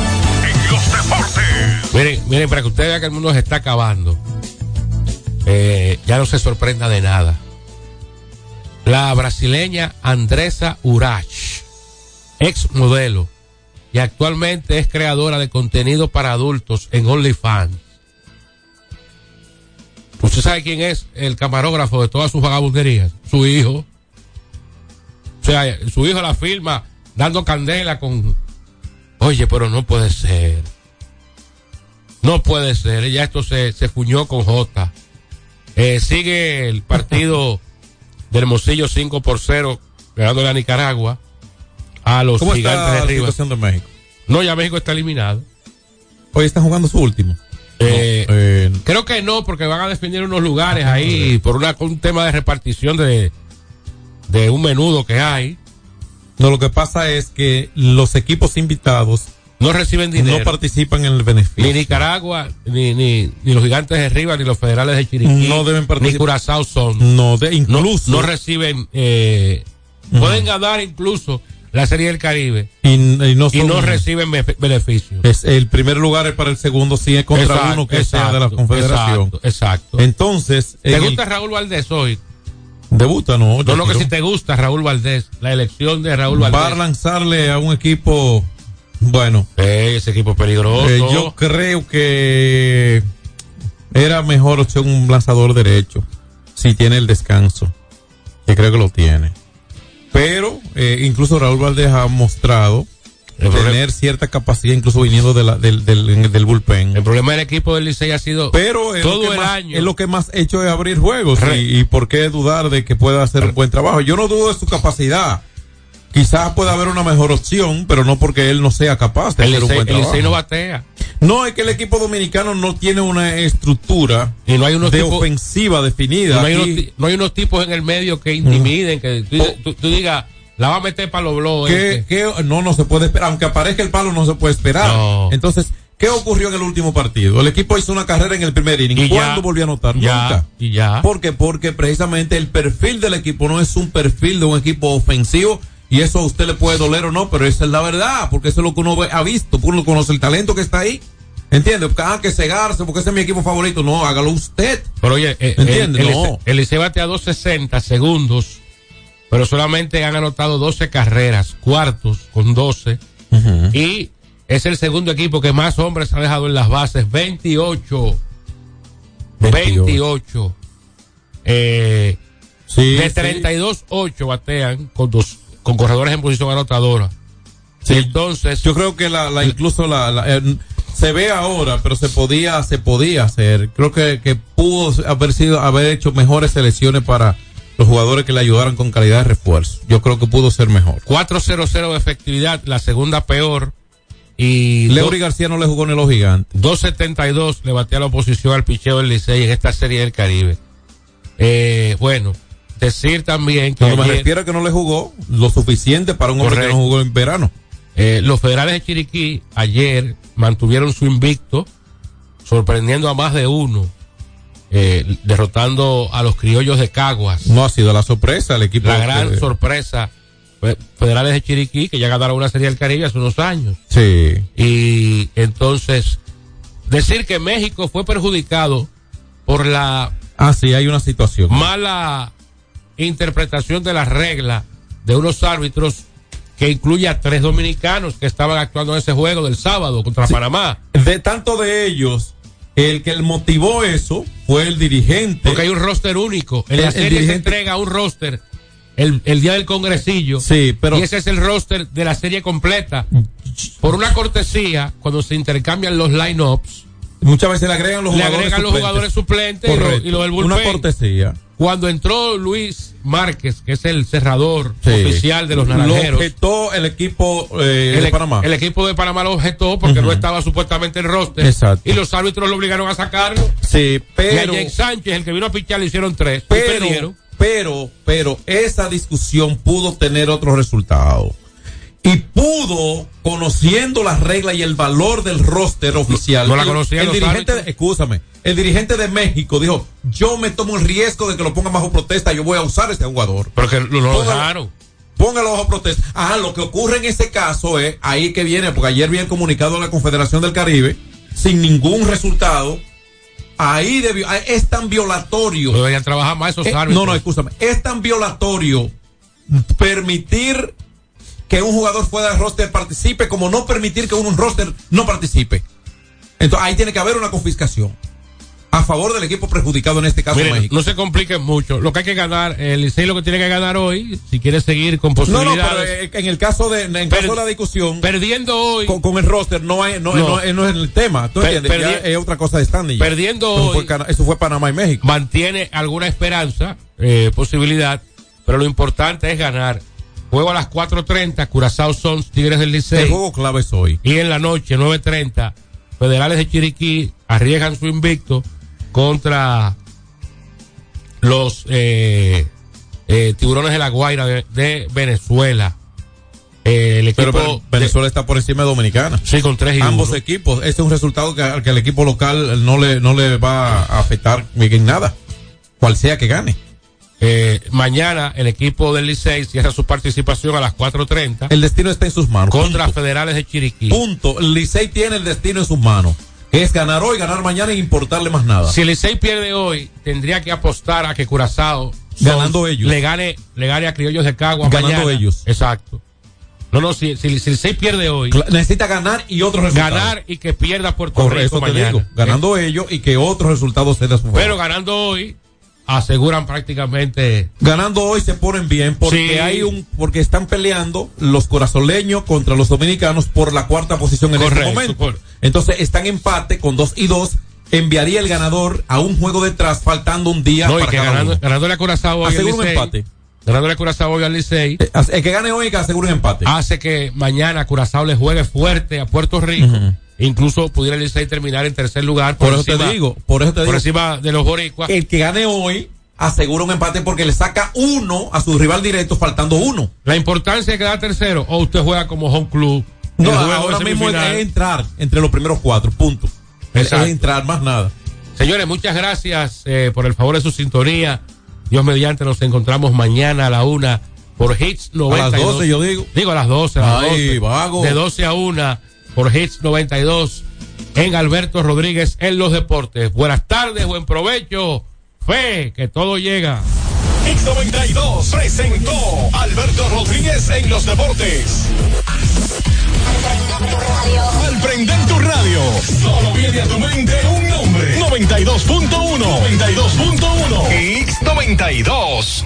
Speaker 9: en los deportes.
Speaker 7: Miren, miren, para que ustedes vean que el mundo se está acabando. Eh, ya no se sorprenda de nada. La brasileña Andresa Urach, ex modelo, y actualmente es creadora de contenido para adultos en OnlyFans. ¿Usted sabe quién es el camarógrafo de todas sus vagabunderías? Su hijo. O sea, su hijo la firma dando candela con... Oye, pero no puede ser. No puede ser. Ya esto se, se fuñó con J. Eh, sigue el partido de Hermosillo 5 por 0, ganándole a Nicaragua, a los
Speaker 8: ¿Cómo
Speaker 7: gigantes
Speaker 8: está
Speaker 7: de
Speaker 8: la
Speaker 7: arriba.
Speaker 8: situación de México?
Speaker 7: No, ya México está eliminado.
Speaker 8: Hoy están jugando su último.
Speaker 7: Eh, Creo que no, porque van a definir unos lugares ahí por una, un tema de repartición de, de un menudo que hay.
Speaker 8: No, lo que pasa es que los equipos invitados
Speaker 7: no reciben dinero.
Speaker 8: No participan en el beneficio.
Speaker 7: Ni Nicaragua, ni, ni, ni los gigantes de arriba, ni los federales de Chiriquí.
Speaker 8: No deben
Speaker 7: Ni
Speaker 8: participar.
Speaker 7: Curazao son.
Speaker 8: No, de- incluso.
Speaker 7: No, no reciben. eh, Pueden ganar incluso la Serie del Caribe.
Speaker 8: Y, y no,
Speaker 7: y
Speaker 8: son-
Speaker 7: no reciben befe- beneficios.
Speaker 8: es el primer lugar es para el segundo si es contra
Speaker 7: Exacto,
Speaker 8: uno que sea
Speaker 7: exacto,
Speaker 8: de la confederación.
Speaker 7: exacto, exacto.
Speaker 8: Entonces,
Speaker 7: ¿Te
Speaker 8: en
Speaker 7: gusta Raúl Valdés hoy?
Speaker 8: el- debuta
Speaker 7: No, lo
Speaker 8: no.
Speaker 7: que
Speaker 8: Shakiro.
Speaker 7: si te gusta Raúl Valdés, la elección de Raúl Valdés.
Speaker 8: Va a lanzarle a un equipo bueno.
Speaker 7: ese equipo peligroso.
Speaker 8: Eh, yo creo que era mejor ser un lanzador derecho si tiene el descanso, que creo que lo tiene. Pero eh, incluso Raúl Valdez ha mostrado tener cierta capacidad, incluso viniendo de la- del, del- del bullpen.
Speaker 7: El problema del equipo del Licey ha sido
Speaker 8: Pero es lo
Speaker 7: todo
Speaker 8: que
Speaker 7: el
Speaker 8: más-
Speaker 7: año.
Speaker 8: es lo que más hecho es abrir juegos y, y por qué dudar de que pueda hacer un buen trabajo. Yo no dudo de su capacidad. Quizás pueda haber una mejor opción, pero no porque él no sea capaz de
Speaker 7: el
Speaker 8: hacer un
Speaker 7: Licey,
Speaker 8: buen
Speaker 7: el
Speaker 8: trabajo.
Speaker 7: Licey no batea.
Speaker 8: No, es que el equipo dominicano no tiene una estructura
Speaker 7: Y no hay unos
Speaker 8: de
Speaker 7: tipos-
Speaker 8: ofensiva definida.
Speaker 7: No hay,
Speaker 8: Aquí, Oh.
Speaker 7: unos, ti- no hay unos tipos en el medio que intimiden, que tú, tú- tú digas, la va a meter para los blogs. este.
Speaker 8: ¿qué- qué- no, no se puede esperar. Aunque aparezca el palo, no se puede esperar.
Speaker 7: No.
Speaker 8: Entonces, ¿qué ocurrió en el último partido? El equipo hizo una carrera en el primer inning.
Speaker 7: Y ya.
Speaker 8: ¿Cuándo volvió a anotar?
Speaker 7: Ya,
Speaker 8: Nunca.
Speaker 7: y ya.
Speaker 8: ¿Por qué? Porque precisamente el perfil del equipo no es un perfil de un equipo ofensivo. Y eso a usted le puede doler o no, pero esa es la verdad, porque eso es lo que uno ve- ha visto, uno conoce el talento que está ahí. ¿Entiende? Ah, que cegarse, porque ese es mi equipo favorito. No, hágalo usted.
Speaker 7: Pero oye, eh, el,
Speaker 8: ¿Entiende?
Speaker 7: el,
Speaker 8: No.
Speaker 7: Licey- el Licey batea 260 segundos, pero solamente han anotado 12 carreras, cuartos con 12. Y es el segundo equipo que más hombres ha dejado en las bases, 28. 28.
Speaker 8: 28.
Speaker 7: Eh,
Speaker 8: Sí,
Speaker 7: de
Speaker 8: sí.
Speaker 7: 32, 8 batean con, dos, con corredores en posición anotadora.
Speaker 8: Sí.
Speaker 7: Entonces,
Speaker 8: Yo creo que la, la- incluso la, la- eh, se ve ahora, pero se podía, se podía hacer. Creo que, que pudo haber sido, haber hecho mejores selecciones para los jugadores que le ayudaran con calidad de refuerzo. Yo creo que pudo ser mejor.
Speaker 7: 4-0-0 de efectividad, la segunda peor. Y
Speaker 8: Leury García no le jugó ni a los gigantes.
Speaker 7: 2.72 le batea la oposición al picheo del Licey en esta serie del Caribe. Eh, bueno, decir también que
Speaker 8: Cuando me
Speaker 7: ayer,
Speaker 8: refiero a que no le jugó lo suficiente para un hombre que
Speaker 7: Correcto.
Speaker 8: no jugó en verano.
Speaker 7: eh, los federales de Chiriquí ayer mantuvieron su invicto, sorprendiendo a más de uno. eh, derrotando a los criollos de Caguas.
Speaker 8: No ha sido la sorpresa el equipo.
Speaker 7: La gran sorpresa. Pues, este Federales de Chiriquí, que ya ganaron una Serie del Caribe hace unos años.
Speaker 8: Sí.
Speaker 7: Y entonces, decir que México fue perjudicado por la
Speaker 8: Ah, sí, hay una situación.
Speaker 7: mala interpretación de las reglas de unos árbitros que incluye a tres dominicanos que estaban actuando en ese juego del sábado contra Panamá.
Speaker 8: De tanto de ellos, el que motivó eso fue el dirigente.
Speaker 7: Porque hay un roster único. En
Speaker 8: El-
Speaker 7: la
Speaker 8: el
Speaker 7: serie se
Speaker 8: dirigente-
Speaker 7: entrega un roster el, el día del congresillo.
Speaker 8: Sí, pero-
Speaker 7: Y ese es el roster de la serie completa. Por una cortesía, cuando se intercambian los line-ups,
Speaker 8: Muchas veces le agregan los
Speaker 7: le
Speaker 8: jugadores
Speaker 7: agregan los
Speaker 8: suplentes.
Speaker 7: jugadores suplentes y lo- y
Speaker 8: Correcto.
Speaker 7: los del bullpen.
Speaker 8: Una cortesía.
Speaker 7: Cuando entró Luis Márquez, que es el cerrador
Speaker 8: Sí.
Speaker 7: oficial de los
Speaker 8: Lo
Speaker 7: naranjeros,
Speaker 8: objetó el equipo eh,
Speaker 7: el,
Speaker 8: de Panamá.
Speaker 7: el equipo de Panamá lo objetó porque no estaba supuestamente en roster.
Speaker 8: Exacto.
Speaker 7: Y los árbitros lo obligaron a sacarlo.
Speaker 8: sí,
Speaker 7: Y a
Speaker 8: pero,
Speaker 7: Jake Sánchez, el que vino a pichar, le hicieron tres. Y
Speaker 8: pero,
Speaker 7: perdieron.
Speaker 8: pero, pero esa discusión pudo tener otro resultado. Y pudo, conociendo las reglas y el valor del roster oficial.
Speaker 7: no la
Speaker 8: el-
Speaker 7: conocían
Speaker 8: el,
Speaker 7: los
Speaker 8: dirigente,
Speaker 7: árbitros.
Speaker 8: de- escúchame, el dirigente de México dijo, yo me tomo el riesgo de que lo pongan bajo protesta, yo voy a usar este jugador.
Speaker 7: Porque lo, lo
Speaker 8: Póngalo-
Speaker 7: dejaron.
Speaker 8: Póngalo bajo protesta. Ah, lo que ocurre en ese caso es, ahí que viene, porque ayer viene comunicado a la Confederación del Caribe, sin ningún resultado. Ahí debió, ah, es tan violatorio.
Speaker 7: No deberían trabajar más esos
Speaker 8: Eh,
Speaker 7: árbitros.
Speaker 8: no, no, escúchame. Es tan violatorio permitir que un jugador fuera del roster participe como no permitir que un roster no participe. Entonces ahí tiene que haber una confiscación a favor del equipo perjudicado en este caso
Speaker 7: Miren,
Speaker 8: México.
Speaker 7: no se compliquen mucho. Lo que hay que ganar, el Licey lo que tiene que ganar hoy, si quiere seguir con
Speaker 8: No, no,
Speaker 7: posibilidades.
Speaker 8: pero eh, en el caso de, en
Speaker 7: Per-
Speaker 8: caso de la discusión
Speaker 7: perdiendo hoy,
Speaker 8: con, con el roster no, hay, no,
Speaker 7: No.
Speaker 8: no, eh, no es el tema. ¿Tú
Speaker 7: Per-
Speaker 8: entiendes? Ya
Speaker 7: perdi-
Speaker 8: es otra cosa de standing. ya.
Speaker 7: perdiendo
Speaker 8: Eso fue
Speaker 7: hoy,
Speaker 8: Cana- eso fue Panamá y México.
Speaker 7: mantiene alguna esperanza, eh, posibilidad, pero lo importante es ganar. Juego a las 4.30, Curazao Sons, Tigres del
Speaker 8: El
Speaker 7: Licey.
Speaker 8: juego clave es hoy.
Speaker 7: Y en la noche, 9.30, Federales de Chiriquí arriesgan su invicto contra los eh, eh, Tiburones de la Guaira de, de Venezuela. Eh, el equipo
Speaker 8: Pero, Ven- Venezuela está por encima de Dominicana.
Speaker 7: de- sí, con tres y
Speaker 8: Ambos
Speaker 7: uno.
Speaker 8: equipos. Este es un resultado que, al que el equipo local no le, no le va a afectar en nada. Cual sea que gane.
Speaker 7: Eh, mañana el equipo del Licey cierra su participación a las 4.30
Speaker 8: El destino está en sus manos.
Speaker 7: contra
Speaker 8: Punto.
Speaker 7: Federales de Chiriquí.
Speaker 8: Punto. El Licey tiene el destino en sus manos. Que es ganar hoy, ganar mañana y importarle más nada.
Speaker 7: Si el Licey pierde hoy, tendría que apostar a que Curazao Sons
Speaker 8: Ganando ellos.
Speaker 7: le gane, le gane a Criollos de Cagua
Speaker 8: Ganando
Speaker 7: mañana.
Speaker 8: ellos.
Speaker 7: Exacto. No, no, si, si, si el Licey pierde hoy,
Speaker 8: Cla- Necesita ganar y otro resultado.
Speaker 7: ganar y que pierda Puerto Rico
Speaker 8: Correcto, eso te
Speaker 7: mañana. Eh.
Speaker 8: digo. Ganando ellos y que otro resultado se dé a su favor.
Speaker 7: Pero ganando hoy, aseguran prácticamente
Speaker 8: ganando hoy se ponen bien porque
Speaker 7: Sí.
Speaker 8: hay un porque están peleando los corazoleños contra los dominicanos por la cuarta posición en
Speaker 7: Correcto,
Speaker 8: este momento.
Speaker 7: correcto.
Speaker 8: Entonces están empate con dos y dos. Enviaría el ganador a un juego detrás faltando un día
Speaker 7: no, y
Speaker 8: para
Speaker 7: que
Speaker 8: cada
Speaker 7: ganando,
Speaker 8: uno.
Speaker 7: ganándole a Curazao hoy al
Speaker 8: Asegura un
Speaker 7: Licey,
Speaker 8: empate.
Speaker 7: ganándole a Curazao hoy al Licey,
Speaker 8: Eh, as- El que gane hoy que asegure un empate.
Speaker 7: hace que mañana Curazao le juegue fuerte a Puerto Rico.
Speaker 8: Ujú.
Speaker 7: Incluso pudiera el Licey terminar en tercer lugar
Speaker 8: por, eso
Speaker 7: encima-
Speaker 8: te digo, por eso te
Speaker 7: por
Speaker 8: digo,
Speaker 7: encima de los boricuas.
Speaker 8: el que gane hoy asegura un empate porque le saca uno a su rival directo faltando uno.
Speaker 7: La importancia de quedar tercero o usted juega como home club.
Speaker 8: No,
Speaker 7: el juego de
Speaker 8: ahora mismo es
Speaker 7: semifinal.
Speaker 8: entrar entre los primeros cuatro, punto. Es-
Speaker 7: Exacto.
Speaker 8: Es entrar más nada.
Speaker 7: Señores, muchas gracias eh, por el favor de su sintonía. Dios mediante, nos encontramos mañana a la una por Hits 92.
Speaker 8: A las 12 yo digo.
Speaker 7: Digo a las 12. A las
Speaker 8: Ay,
Speaker 7: 12.
Speaker 8: vago.
Speaker 7: De 12 a 1 por Hits 92 en Alberto Rodríguez en los deportes. Buenas tardes, buen provecho. Fe, que todo llega.
Speaker 9: Hits 92 presentó Alberto Rodríguez en los deportes. Al prender tu radio, solo viene a tu mente un nombre. 92.1. 92.1. Hits 92.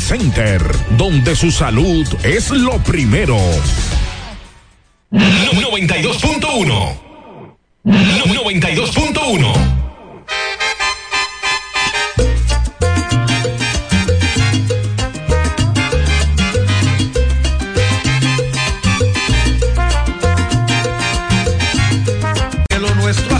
Speaker 9: Center, donde su salud es lo primero.
Speaker 3: 92.1 92.1
Speaker 1: Que lo nuestro